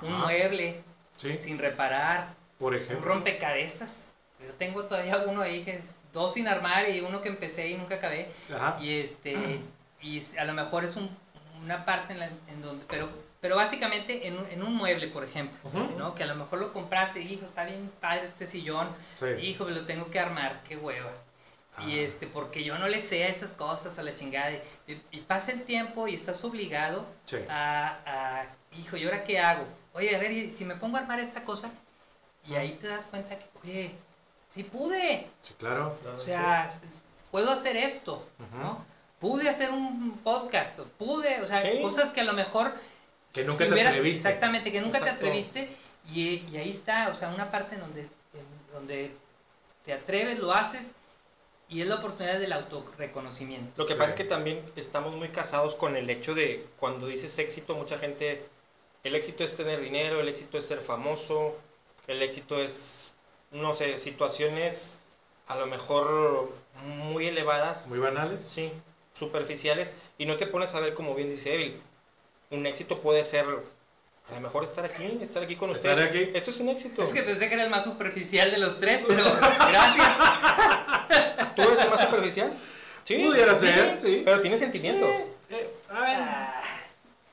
Speaker 3: un
Speaker 1: Ajá.
Speaker 3: mueble
Speaker 1: Sí,
Speaker 3: sin reparar,
Speaker 1: por
Speaker 3: un
Speaker 1: ejemplo.
Speaker 3: rompecabezas. Yo tengo todavía uno ahí que es dos sin armar y uno que empecé y nunca acabé.
Speaker 1: Ajá.
Speaker 3: Y este y es- a lo mejor es un- una parte en, la- en donde, pero, pero básicamente en un, en un mueble, por ejemplo,
Speaker 1: Ujú.
Speaker 3: ¿no? Que a lo mejor lo compraste, hijo, está bien padre este sillón,
Speaker 1: Sí.
Speaker 3: hijo, lo tengo que armar, qué hueva. Y
Speaker 1: Ah,
Speaker 3: este, porque yo no le sé a esas cosas, a la chingada. Y, y- y pasa el tiempo y estás obligado
Speaker 1: sí.
Speaker 3: a, a, hijo, ¿y ahora qué hago? Oye, a ver, y si me pongo a armar esta cosa, y ahí te das cuenta que, oye, sí pude,
Speaker 1: Sí, claro.
Speaker 3: o sea, s- puedo hacer esto,
Speaker 1: Ujú.
Speaker 3: ¿no? Pude hacer un podcast, o pude, o sea,
Speaker 2: Sí.
Speaker 3: cosas que a lo mejor...
Speaker 1: Que nunca te atreviste.
Speaker 3: Exactamente, que nunca
Speaker 2: Exacto.
Speaker 3: te atreviste, y, y ahí está, o sea, una parte en donde, en donde te atreves, lo haces, y es la oportunidad del autorreconocimiento.
Speaker 2: Lo que
Speaker 1: Sí.
Speaker 2: pasa es que también estamos muy casados con el hecho de cuando dices éxito, mucha gente, el éxito es tener dinero, el éxito es ser famoso, el éxito es, no sé, situaciones a lo mejor muy elevadas,
Speaker 1: Muy banales.
Speaker 2: sí, superficiales, y no te pones a ver, como bien dice Evil, un éxito puede ser, a lo mejor estar aquí, estar aquí con
Speaker 1: Estar
Speaker 2: ustedes.
Speaker 1: aquí.
Speaker 2: Esto es un éxito.
Speaker 3: Es que pues, pensé que era el más superficial de los tres, pero gracias.
Speaker 2: ¿Tú eres el más superficial? Sí,
Speaker 1: Pudiera
Speaker 2: sí,
Speaker 1: ser, sí.
Speaker 2: Pero tiene sentimientos.
Speaker 1: Eh, a, ver,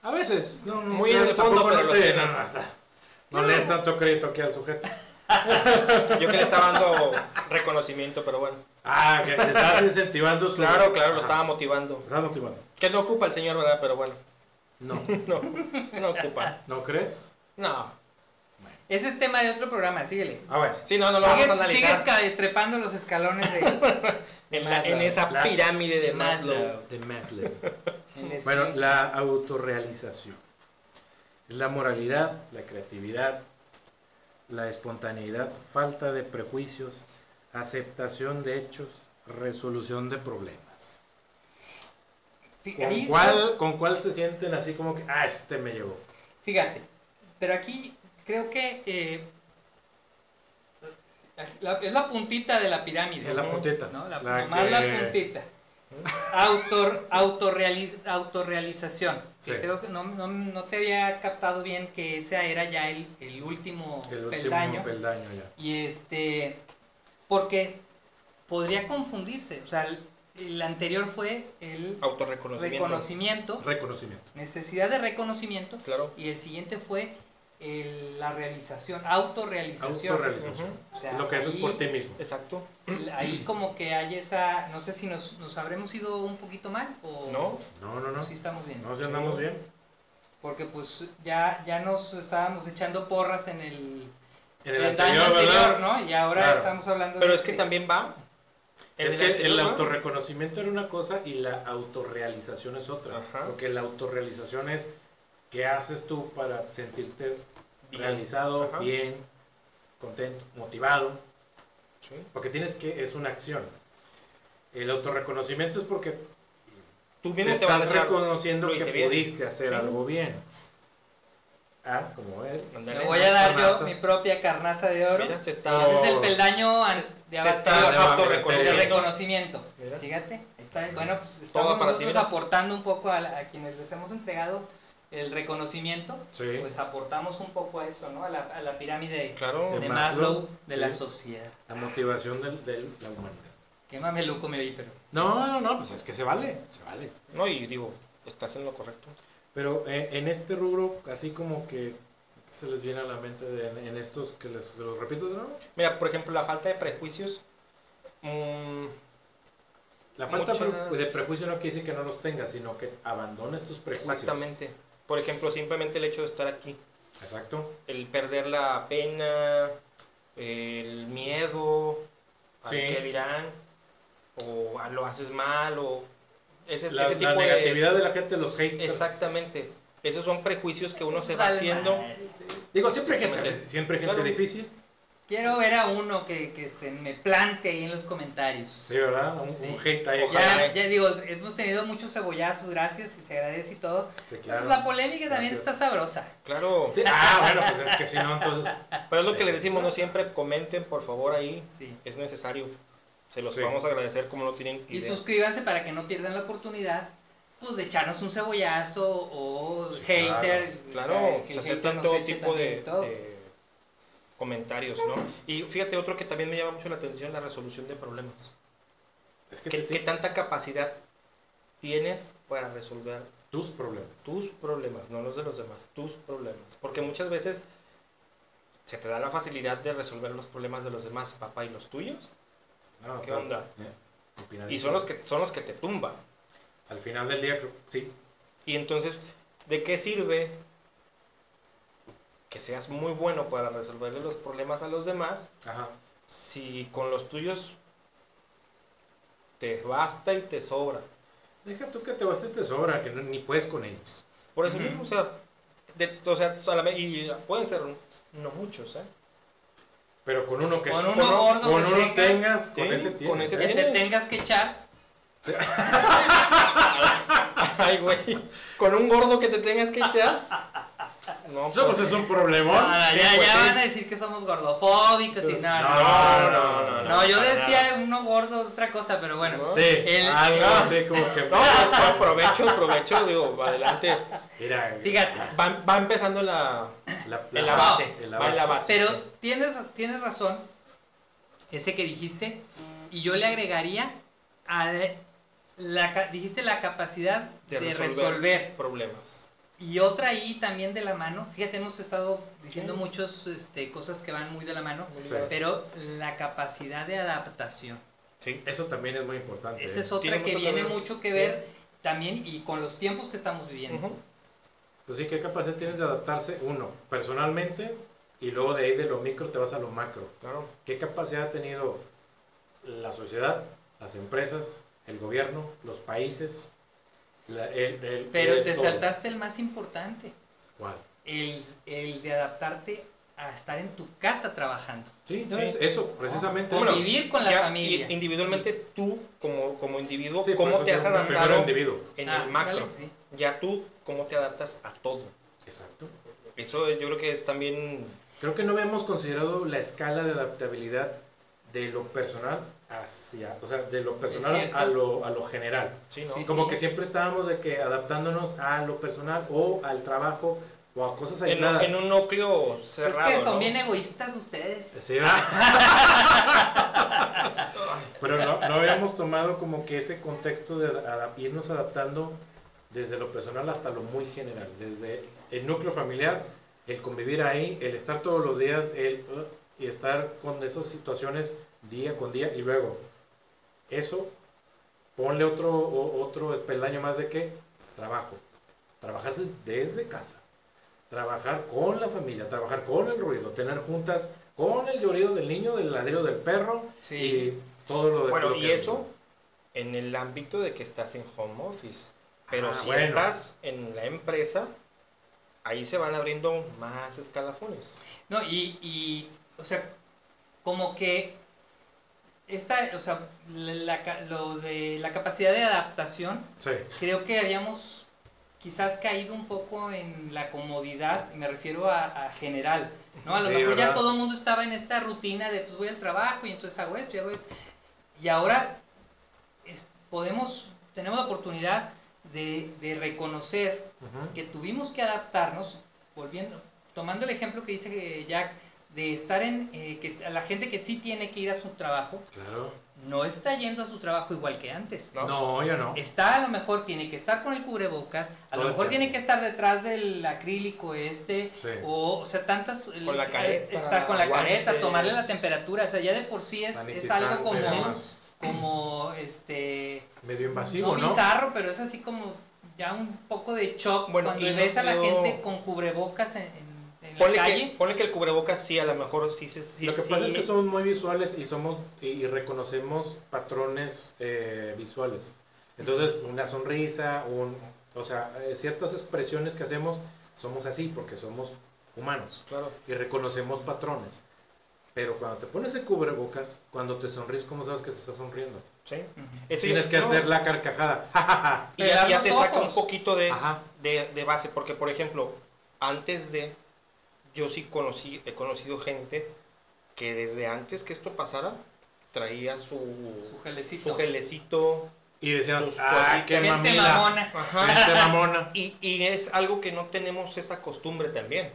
Speaker 1: a veces. No, no,
Speaker 2: Ah. Muy en
Speaker 1: no,
Speaker 2: el fondo,
Speaker 1: tampoco
Speaker 2: pero
Speaker 1: no
Speaker 2: lo
Speaker 1: te-
Speaker 2: tienes.
Speaker 1: no, no, está. No le des tanto crédito aquí al sujeto.
Speaker 2: Yo que le estaba dando reconocimiento, pero bueno.
Speaker 1: Ah, que te estás incentivando. su-
Speaker 2: Claro, claro, lo
Speaker 1: Ajá.
Speaker 2: estaba motivando.
Speaker 1: Estás motivando.
Speaker 2: Que no ocupa el señor, ¿verdad? Pero bueno,
Speaker 1: No.
Speaker 2: no, no ocupa.
Speaker 1: ¿No crees?
Speaker 2: No.
Speaker 3: Ese es tema de otro programa, síguele.
Speaker 1: A ver.
Speaker 2: Sí, no, no lo vamos a
Speaker 3: Sigues- Sigues
Speaker 2: analizar.
Speaker 3: ca- trepando los escalones de...
Speaker 2: En, la- en
Speaker 3: Maslow.
Speaker 2: esa
Speaker 1: La-
Speaker 2: pirámide de Maslow.
Speaker 1: De Maslow.
Speaker 3: en este, ese-
Speaker 1: Bueno, la autorrealización. Es la moralidad, la creatividad, la espontaneidad, falta de prejuicios, aceptación de hechos, resolución de problemas.
Speaker 3: Fí-
Speaker 1: ¿Con
Speaker 3: ahí-
Speaker 1: cuál, ¿Con cuál se sienten así como que, ah, este me llegó?
Speaker 3: Fíjate, pero aquí creo que eh, la- es la puntita de la pirámide.
Speaker 1: Es la puntita.
Speaker 3: ¿no? La-
Speaker 1: La
Speaker 3: nomás
Speaker 1: que- ¿Eh?
Speaker 3: la puntita. Autor, autorreali- autorrealización. que
Speaker 1: Sí.
Speaker 3: Creo que no, no- no te había captado bien que ese era ya el, el último
Speaker 1: El último
Speaker 3: peldaño.
Speaker 1: peldaño, ya.
Speaker 3: Y este, porque podría confundirse. O sea, el, el anterior fue el
Speaker 2: Autorreconocimiento.
Speaker 3: reconocimiento,
Speaker 1: Reconocimiento.
Speaker 3: necesidad de reconocimiento,
Speaker 2: Claro.
Speaker 3: y el siguiente fue el- la realización, autorrealización.
Speaker 1: Autorrealización.
Speaker 3: O sea,
Speaker 1: Lo que haces
Speaker 3: ahí-
Speaker 1: por ti mismo.
Speaker 2: Exacto.
Speaker 3: Ahí como que hay esa, no sé si nos, nos habremos ido un poquito mal o
Speaker 2: No.
Speaker 1: No, no, no.
Speaker 3: o si estamos bien.
Speaker 1: No, si andamos bien.
Speaker 3: Porque pues ya, ya nos estábamos echando porras en el,
Speaker 1: En el
Speaker 3: daño
Speaker 1: anterior, ¿verdad?
Speaker 3: ¿no? Y ahora
Speaker 1: Claro.
Speaker 3: estamos hablando
Speaker 2: Pero
Speaker 3: de
Speaker 2: es que
Speaker 3: que-
Speaker 2: también va. en
Speaker 1: Es que
Speaker 2: anterior
Speaker 1: el
Speaker 2: va.
Speaker 1: autorreconocimiento era una cosa y la autorrealización es otra.
Speaker 2: Ajá.
Speaker 1: Porque la autorrealización es qué haces tú para sentirte
Speaker 2: Bien.
Speaker 1: realizado,
Speaker 2: Ajá.
Speaker 1: bien, contento, motivado.
Speaker 2: Sí.
Speaker 1: Porque tienes que, es una acción. El autorreconocimiento es porque
Speaker 2: Tú mismo
Speaker 1: te
Speaker 2: te vas a
Speaker 1: estás
Speaker 2: echar.
Speaker 1: reconociendo
Speaker 2: lo
Speaker 1: que
Speaker 2: hice bien.
Speaker 1: pudiste hacer
Speaker 2: Sí.
Speaker 1: algo bien. Ah, como él.
Speaker 2: Ándale.
Speaker 3: Me voy a dar yo
Speaker 1: carnaza. Oh.
Speaker 3: mi propia carnaza de oro.
Speaker 2: Mira, se está.
Speaker 3: Ese es el peldaño an- de,
Speaker 2: se
Speaker 3: abajo,
Speaker 1: abajo,
Speaker 2: está
Speaker 3: de
Speaker 2: autorreconociendo.
Speaker 3: reconocimiento.
Speaker 2: Mira.
Speaker 3: Fíjate, ahí está, bueno, pues
Speaker 2: Todo
Speaker 3: estamos
Speaker 2: para ti,
Speaker 3: nosotros
Speaker 2: mira.
Speaker 3: aportando un poco a, la- a quienes les hemos entregado el reconocimiento,
Speaker 1: Sí.
Speaker 3: pues aportamos un poco a eso, ¿no? A la, a la pirámide
Speaker 2: Claro.
Speaker 3: de
Speaker 1: De
Speaker 3: Maslow
Speaker 1: Maslow,
Speaker 3: de la
Speaker 1: sí.
Speaker 3: sociedad.
Speaker 1: La motivación del- de la humanidad.
Speaker 3: Qué mameluco me vi, pero...
Speaker 1: No, no, no, pues es que se vale, se vale.
Speaker 2: No, y digo, estás en lo correcto.
Speaker 1: Pero eh, en este rubro, así como que ¿qué se les viene a la mente de- en, en estos que les se los repito de nuevo.
Speaker 2: Mira, por ejemplo, la falta de prejuicios. mm,
Speaker 1: La falta de
Speaker 2: Muchas-
Speaker 1: pre- de prejuicio no quiere decir que no los tengas, sino que abandones tus prejuicios.
Speaker 2: exactamente. Por ejemplo, simplemente el hecho de estar aquí.
Speaker 1: Exacto.
Speaker 2: El perder la pena, el miedo, al
Speaker 1: Sí.
Speaker 2: qué dirán, o a lo haces mal, o ese,
Speaker 1: la,
Speaker 2: ese
Speaker 1: la
Speaker 2: tipo de...
Speaker 1: negatividad de... la gente, los haters.
Speaker 2: Exactamente. Esos son prejuicios que uno se va
Speaker 3: Vale,
Speaker 2: haciendo.
Speaker 3: madre, sí.
Speaker 1: Digo, siempre hay gente,
Speaker 2: Exactamente.
Speaker 1: siempre hay gente
Speaker 2: Claro.
Speaker 1: difícil.
Speaker 3: Quiero ver a uno que, que se me plante ahí en los comentarios.
Speaker 1: Sí, ¿verdad? Un,
Speaker 3: Sí.
Speaker 1: un hate ahí.
Speaker 2: Ojalá,
Speaker 3: Ya,
Speaker 2: ¿eh?
Speaker 3: ya digo, hemos tenido muchos cebollazos, gracias, y se agradece y todo.
Speaker 1: Sí, claro.
Speaker 3: Pero La polémica también
Speaker 1: Gracias.
Speaker 3: está sabrosa.
Speaker 2: Claro.
Speaker 1: Sí, Ah, bueno, pues es que si no, entonces.
Speaker 2: Pero es lo que les decimos, no siempre comenten, por favor, ahí.
Speaker 3: Sí.
Speaker 2: Es necesario. Se los
Speaker 1: Sí.
Speaker 2: vamos a agradecer como no tienen
Speaker 3: Y
Speaker 2: idea.
Speaker 3: suscríbanse para que no pierdan la oportunidad pues, de echarnos un cebollazo o
Speaker 1: Sí,
Speaker 3: hater.
Speaker 2: Claro,
Speaker 3: o sea, que
Speaker 2: se
Speaker 3: el hater
Speaker 2: aceptan
Speaker 3: nos
Speaker 2: todo
Speaker 3: eche
Speaker 2: tipo
Speaker 3: también
Speaker 2: de,
Speaker 3: y todo.
Speaker 2: de comentarios, ¿no? Y fíjate, otro que también me llama mucho la atención, la resolución de problemas.
Speaker 1: Es que
Speaker 2: ¿Qué,
Speaker 1: te-
Speaker 2: qué tanta capacidad tienes para resolver
Speaker 1: tus problemas.
Speaker 2: tus problemas, no los de los demás, tus problemas? Porque muchas veces se te da la facilidad de resolver los problemas de los demás, papá, y los tuyos,
Speaker 1: No,
Speaker 2: ¿Qué
Speaker 1: pero-
Speaker 2: onda?
Speaker 1: eh,
Speaker 2: y son los que, son los que te tumban.
Speaker 1: Al final del día, creo- sí.
Speaker 2: Y entonces, ¿de qué sirve que seas muy bueno para resolverle los problemas a los demás
Speaker 1: Ajá.
Speaker 2: si con los tuyos te basta y te sobra?
Speaker 1: Deja tú que te baste te sobra, que no- ni puedes con ellos.
Speaker 2: Por eso
Speaker 3: Ujú.
Speaker 2: mismo, o sea, de- o sea, solamente- y pueden ser no muchos, ¿eh?
Speaker 1: Pero con uno que
Speaker 3: Con uno
Speaker 1: con,
Speaker 3: gordo
Speaker 1: con
Speaker 3: que
Speaker 1: uno tengas,
Speaker 2: sí,
Speaker 3: tengas,
Speaker 1: con ese
Speaker 2: con
Speaker 1: tienes.
Speaker 2: ese
Speaker 1: ¿eh?
Speaker 3: Que te
Speaker 2: tienes.
Speaker 3: tengas que echar.
Speaker 2: Ay, güey, con un gordo que te tengas que echar. No,
Speaker 1: No, pues
Speaker 2: pues,
Speaker 1: es un problemón.
Speaker 3: Ah,
Speaker 2: sí,
Speaker 3: ya
Speaker 2: pues,
Speaker 3: ya
Speaker 2: sí.
Speaker 3: van a decir que somos gordofóbicos y nada.
Speaker 2: no,
Speaker 3: No, no,
Speaker 2: no, no,
Speaker 3: no,
Speaker 2: no,
Speaker 3: yo
Speaker 2: para
Speaker 3: decía
Speaker 2: nada.
Speaker 3: uno gordo, otra cosa, pero bueno.
Speaker 2: No.
Speaker 1: Sí,
Speaker 3: El-
Speaker 1: algo
Speaker 2: Ah.
Speaker 1: así como que.
Speaker 2: No, pues, aprovecho, aprovecho, digo, adelante.
Speaker 1: Mira,
Speaker 3: Fíjate.
Speaker 2: Va, va empezando la,
Speaker 1: la,
Speaker 2: en la
Speaker 3: No.
Speaker 2: base,
Speaker 1: en la
Speaker 2: va en la base.
Speaker 3: Pero
Speaker 2: sí.
Speaker 3: tienes, tienes razón, ese que dijiste, y yo le agregaría, a de- la, ca- dijiste la capacidad de,
Speaker 2: de resolver,
Speaker 3: resolver.
Speaker 2: problemas.
Speaker 3: Y otra ahí también de la mano, fíjate, hemos estado diciendo
Speaker 2: Sí.
Speaker 3: muchas cosas que van muy de la mano,
Speaker 1: Sí.
Speaker 3: pero la capacidad de adaptación.
Speaker 2: Sí.
Speaker 1: Eso también es muy importante.
Speaker 3: Esa
Speaker 1: ¿eh?
Speaker 3: es otra
Speaker 2: Tiene
Speaker 3: que
Speaker 2: mucho que
Speaker 3: tiene
Speaker 2: ver.
Speaker 3: mucho que ver también y con los tiempos que estamos viviendo.
Speaker 2: Ujú.
Speaker 1: Pues sí, ¿qué capacidad tienes de adaptarse? Uno, personalmente, y luego de ahí de lo micro te vas a lo macro.
Speaker 2: Claro.
Speaker 1: ¿Qué capacidad ha tenido la sociedad, las empresas, el gobierno, los países? la- el- el-
Speaker 3: Pero
Speaker 1: el
Speaker 3: te
Speaker 1: todo?
Speaker 3: saltaste el más importante,
Speaker 1: ¿Cuál?
Speaker 3: el, el de adaptarte a estar en tu casa trabajando.
Speaker 1: Sí, no,
Speaker 2: Sí.
Speaker 1: es eso,
Speaker 3: Ah,
Speaker 1: precisamente.
Speaker 2: Bueno,
Speaker 1: eso.
Speaker 3: Convivir con la
Speaker 2: Ya,
Speaker 3: familia.
Speaker 2: y individualmente tú, como, como individuo,
Speaker 1: Sí, por
Speaker 2: ¿cómo
Speaker 1: eso
Speaker 2: te has
Speaker 1: es un primero
Speaker 2: adaptado
Speaker 1: individuo.
Speaker 2: en
Speaker 3: Ah,
Speaker 2: el macro?
Speaker 3: ándale, sí.
Speaker 2: Ya tú, ¿cómo te adaptas a todo?
Speaker 1: Exacto.
Speaker 2: Eso es- yo creo que es también...
Speaker 1: Creo que no habíamos considerado la escala de adaptabilidad de lo personal hacia, o sea, de lo personal
Speaker 3: cierto.
Speaker 1: a lo, a lo general.
Speaker 2: Sí, ¿no?
Speaker 3: Sí,
Speaker 1: Como
Speaker 3: sí.
Speaker 1: que siempre estábamos de que adaptándonos a lo personal o al trabajo o a cosas
Speaker 2: En, un-
Speaker 1: aisladas.
Speaker 2: en un núcleo
Speaker 3: Es
Speaker 2: cerrado,
Speaker 3: Pues que son
Speaker 2: ¿no?
Speaker 3: bien egoístas ustedes.
Speaker 1: Sí, ¿verdad? Pero no, no habíamos tomado como que ese contexto de ada- irnos adaptando desde lo personal hasta lo muy general, desde el núcleo familiar, el convivir ahí, el estar todos los días, el uh, y estar con esas situaciones día con día y luego eso ponle otro o- otro espeldaño más de qué trabajo, trabajar des- desde casa trabajar con la familia, trabajar con el ruido, tener juntas con el llorido del niño, del ladrillo del perro
Speaker 3: Sí.
Speaker 1: y todo lo de
Speaker 2: Bueno,
Speaker 1: Pues lo
Speaker 2: y
Speaker 1: que-
Speaker 2: eso en el ámbito de que estás en home office. Pero
Speaker 1: Ah,
Speaker 2: si
Speaker 1: bueno.
Speaker 2: estás en la empresa, ahí se van abriendo más escalafones.
Speaker 3: No, y, y, o sea, como que esta, o sea, la, la ca- lo de la capacidad de adaptación,
Speaker 1: Sí,
Speaker 3: creo que habíamos quizás caído un poco en la comodidad, y me refiero a, a general, ¿no? A lo
Speaker 2: Sí,
Speaker 3: mejor ya
Speaker 2: ¿verdad?
Speaker 3: todo el mundo estaba en esta rutina de pues voy al trabajo y entonces hago esto y hago esto. Y ahora es- podemos, tenemos la oportunidad de, de reconocer
Speaker 1: Ujú.
Speaker 3: que tuvimos que adaptarnos, volviendo, tomando el ejemplo que dice eh, Jack, de estar en, eh, que a la gente que sí tiene que ir a su trabajo,
Speaker 1: Claro.
Speaker 3: no está yendo a su trabajo igual que antes.
Speaker 2: No.
Speaker 1: No, yo no.
Speaker 3: Está a lo mejor, tiene que estar con el cubrebocas, a
Speaker 1: Todo
Speaker 3: lo
Speaker 1: el
Speaker 3: mejor
Speaker 1: tiempo.
Speaker 3: tiene que estar detrás del acrílico este,
Speaker 1: Sí.
Speaker 3: o, o sea, tantas... el-
Speaker 2: Con la
Speaker 3: es-
Speaker 2: careta,
Speaker 3: estar con la careta,
Speaker 2: guantes.
Speaker 3: tomarle la temperatura, o sea, ya de por sí es, es
Speaker 1: Sanitizante,
Speaker 3: algo como,
Speaker 1: además.
Speaker 3: como, este,
Speaker 1: Medio invasivo,
Speaker 3: no
Speaker 1: ¿no?
Speaker 3: bizarro, pero es así como ya un poco de shock
Speaker 2: Bueno,
Speaker 3: cuando
Speaker 2: y no-
Speaker 3: ves a la
Speaker 2: no-
Speaker 3: gente con cubrebocas en, en- en la
Speaker 2: Ponle
Speaker 3: calle.
Speaker 2: que, ponle que el cubrebocas sí, a lo mejor sí se... Sí,
Speaker 1: Lo que
Speaker 2: sí.
Speaker 1: pasa es que somos muy visuales y somos y, y reconocemos patrones eh, visuales. Entonces, una sonrisa, un, o sea, eh, ciertas expresiones que hacemos somos así porque somos humanos
Speaker 2: Claro.
Speaker 1: y reconocemos patrones. Pero cuando te pones el cubrebocas, cuando te sonríes, ¿cómo sabes que te estás sonriendo?
Speaker 2: Sí. Eso
Speaker 1: Tienes
Speaker 2: ya-
Speaker 1: que
Speaker 2: no.
Speaker 1: hacer la carcajada.
Speaker 2: Y ya,
Speaker 3: Pelar
Speaker 2: ya
Speaker 3: los
Speaker 2: te saca
Speaker 3: ojos.
Speaker 2: un poquito de,
Speaker 1: Ajá.
Speaker 2: de, de base, porque por ejemplo, antes de, yo sí conocí, he conocido gente que desde antes que esto pasara, traía
Speaker 3: Su
Speaker 2: su,
Speaker 3: gelecito.
Speaker 2: su gelecito.
Speaker 1: Y decíamos,
Speaker 2: Sus
Speaker 1: ah, qué
Speaker 3: Gente
Speaker 1: mamila.
Speaker 3: mamona.
Speaker 2: Ajá.
Speaker 1: Gente mamona.
Speaker 2: Y, y es algo que no tenemos esa costumbre también.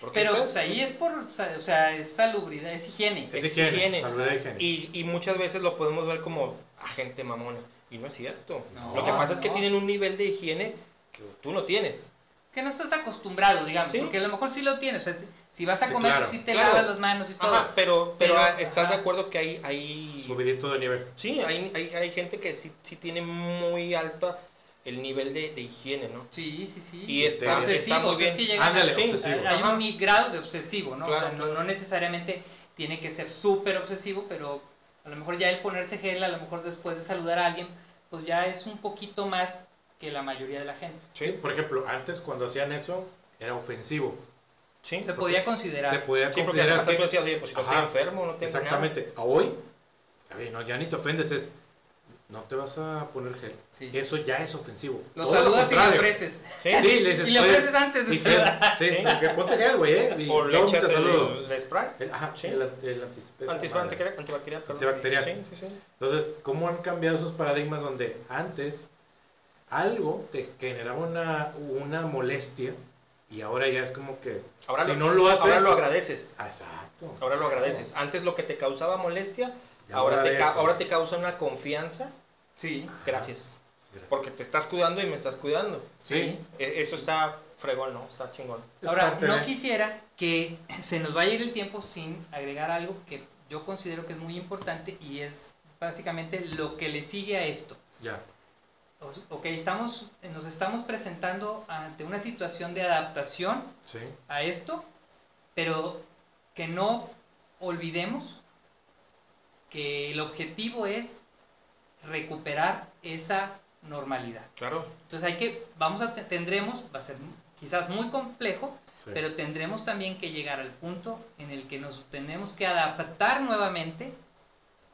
Speaker 2: Porque
Speaker 3: Pero
Speaker 2: esa
Speaker 3: o sea, ahí es por, o sea, o sea, es salubridad, es higiene.
Speaker 1: Es
Speaker 2: Es
Speaker 1: higiene.
Speaker 2: higiene.
Speaker 1: salud de higiene.
Speaker 2: Y, y muchas veces lo podemos ver como a gente mamona. Y no es cierto.
Speaker 3: No,
Speaker 2: lo que pasa es que
Speaker 3: no.
Speaker 2: tienen un nivel de higiene que tú no tienes.
Speaker 3: Que no estás acostumbrado, digamos,
Speaker 2: Sí.
Speaker 3: porque a lo mejor sí lo tienes. O sea, si, si vas a
Speaker 1: Sí,
Speaker 3: comer,
Speaker 1: claro.
Speaker 3: sí te
Speaker 2: Claro.
Speaker 3: lavas las manos y todo.
Speaker 2: Ajá, pero, pero,
Speaker 3: Pero,
Speaker 2: ah, estás
Speaker 3: ajá.
Speaker 2: de acuerdo que hay... hay
Speaker 1: Subidito de nivel.
Speaker 2: sí, hay, hay, hay gente que sí, sí tiene muy alto el nivel de, de higiene, ¿no?
Speaker 3: Sí, sí, sí.
Speaker 2: Y está,
Speaker 1: Obsesivo,
Speaker 2: está muy
Speaker 3: o sea,
Speaker 2: bien.
Speaker 3: es que llegan a-
Speaker 1: Ándale,
Speaker 2: Sí,
Speaker 1: obsesivo.
Speaker 3: Hay
Speaker 2: Ajá.
Speaker 3: un mi- grados de obsesivo, ¿no? O sea,
Speaker 2: Claro,
Speaker 3: no, no necesariamente tiene que ser súper obsesivo, pero a lo mejor ya el ponerse gel, a lo mejor después de saludar a alguien, pues ya es un poquito más que la mayoría de la gente.
Speaker 1: Sí,
Speaker 2: Sí,
Speaker 1: por ejemplo, antes cuando hacían eso era ofensivo.
Speaker 2: sí.
Speaker 3: Se podía considerar.
Speaker 1: Se podía
Speaker 2: Sí, porque
Speaker 1: considerar
Speaker 2: hasta tú
Speaker 1: que-
Speaker 2: decías, oye, pues si no estoy
Speaker 1: Ajá.
Speaker 2: enfermo, no tengo nada.
Speaker 1: exactamente. A hoy, a ver, no, ya ni te ofendes, es no te vas a poner gel.
Speaker 3: Sí.
Speaker 1: Eso ya es ofensivo.
Speaker 3: Lo
Speaker 1: Todo
Speaker 3: saludas y le
Speaker 1: contrario.
Speaker 3: ofreces.
Speaker 2: Sí.
Speaker 1: Sí, le dices,
Speaker 3: Y le
Speaker 1: "Oye,
Speaker 3: ofreces antes de
Speaker 1: y gel".
Speaker 3: saludar.
Speaker 1: Sí,
Speaker 2: Sí.
Speaker 1: porque ponte gel, güey, eh, y
Speaker 2: O le
Speaker 1: luego te
Speaker 2: echas el,
Speaker 1: saludo.
Speaker 2: el spray.
Speaker 1: El- ajá,
Speaker 2: Sí.
Speaker 1: el anti- el anti- esa madre.
Speaker 2: Antibacterial, antibacterial, perdón.
Speaker 1: Antibacterial.
Speaker 2: Sí, sí, sí.
Speaker 1: Entonces, ¿cómo han cambiado esos paradigmas donde antes algo te generaba una, una molestia y ahora ya es como que
Speaker 2: Ahora
Speaker 1: si
Speaker 2: lo-
Speaker 1: no lo haces...
Speaker 2: Ahora lo agradeces.
Speaker 1: Ah, Exacto.
Speaker 2: Ahora lo agradeces. Antes lo que te causaba molestia,
Speaker 1: Y
Speaker 2: ahora te, ca-
Speaker 1: agradeces.
Speaker 2: ahora te causa una confianza.
Speaker 3: Sí.
Speaker 2: Gracias.
Speaker 1: Gracias.
Speaker 2: Porque te estás cuidando y me estás cuidando.
Speaker 1: Sí.
Speaker 2: E- Eso está fregón, ¿no? Está chingón.
Speaker 1: Es
Speaker 3: Ahora,
Speaker 1: parte
Speaker 3: no
Speaker 1: de-
Speaker 3: quisiera que se nos vaya a ir el tiempo sin agregar algo que yo considero que es muy importante y es básicamente lo que le sigue a esto.
Speaker 1: Ya.
Speaker 3: O- Ok, estamos, nos estamos presentando ante una situación de adaptación
Speaker 1: Sí.
Speaker 3: a esto, pero que no olvidemos que el objetivo es recuperar esa normalidad.
Speaker 2: Claro.
Speaker 3: Entonces hay que, vamos a, te- tendremos, va a ser quizás muy complejo,
Speaker 1: sí.
Speaker 3: pero tendremos también que llegar al punto en el que nos tenemos que adaptar nuevamente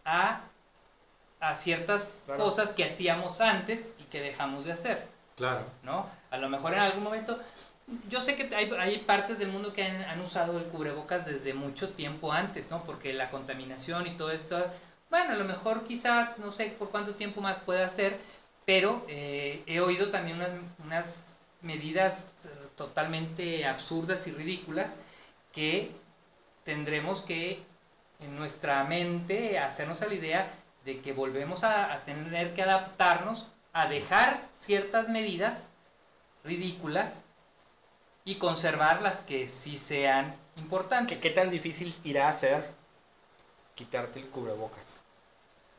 Speaker 3: a, a ciertas
Speaker 2: Claro.
Speaker 3: cosas que hacíamos antes y que dejamos de hacer,
Speaker 1: Claro.
Speaker 3: ¿no? A lo mejor en algún momento, yo sé que hay, hay partes del mundo que han, han usado el cubrebocas desde mucho tiempo antes, ¿no? Porque la contaminación y todo esto, bueno, a lo mejor quizás, no sé por cuánto tiempo más pueda ser, pero eh, he oído también unas, unas medidas eh, totalmente absurdas y ridículas que tendremos que en nuestra mente hacernos a la idea de que volvemos a, a tener que adaptarnos a dejar ciertas medidas ridículas y conservar las que sí sean
Speaker 2: ¿Qué,
Speaker 3: importantes.
Speaker 2: qué tan difícil irá a ser quitarte el cubrebocas?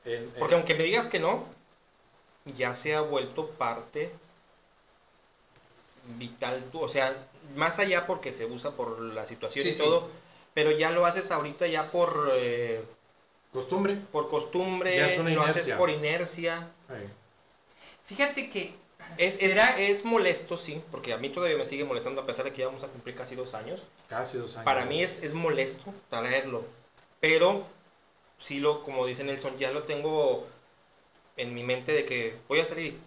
Speaker 1: En- en-
Speaker 2: Porque aunque me digas que no, ya se ha vuelto parte vital tú, o sea, más allá porque se usa por la situación
Speaker 3: Sí,
Speaker 2: y
Speaker 3: sí.
Speaker 2: todo, pero ya lo haces ahorita ya por eh,
Speaker 1: Costumbre.
Speaker 2: por
Speaker 1: Ya
Speaker 2: costumbre,
Speaker 1: es una
Speaker 2: lo haces
Speaker 1: inercia.
Speaker 2: por inercia.
Speaker 1: Ahí.
Speaker 3: Fíjate que
Speaker 2: Es, es,
Speaker 3: será-
Speaker 2: es molesto, sí, porque a mí todavía me sigue molestando a pesar de que ya vamos a cumplir casi dos años.
Speaker 1: Casi dos años.
Speaker 2: Para mí es, es molesto traerlo, pero sí lo, como dice Nelson, ya lo tengo en mi mente de que voy a salir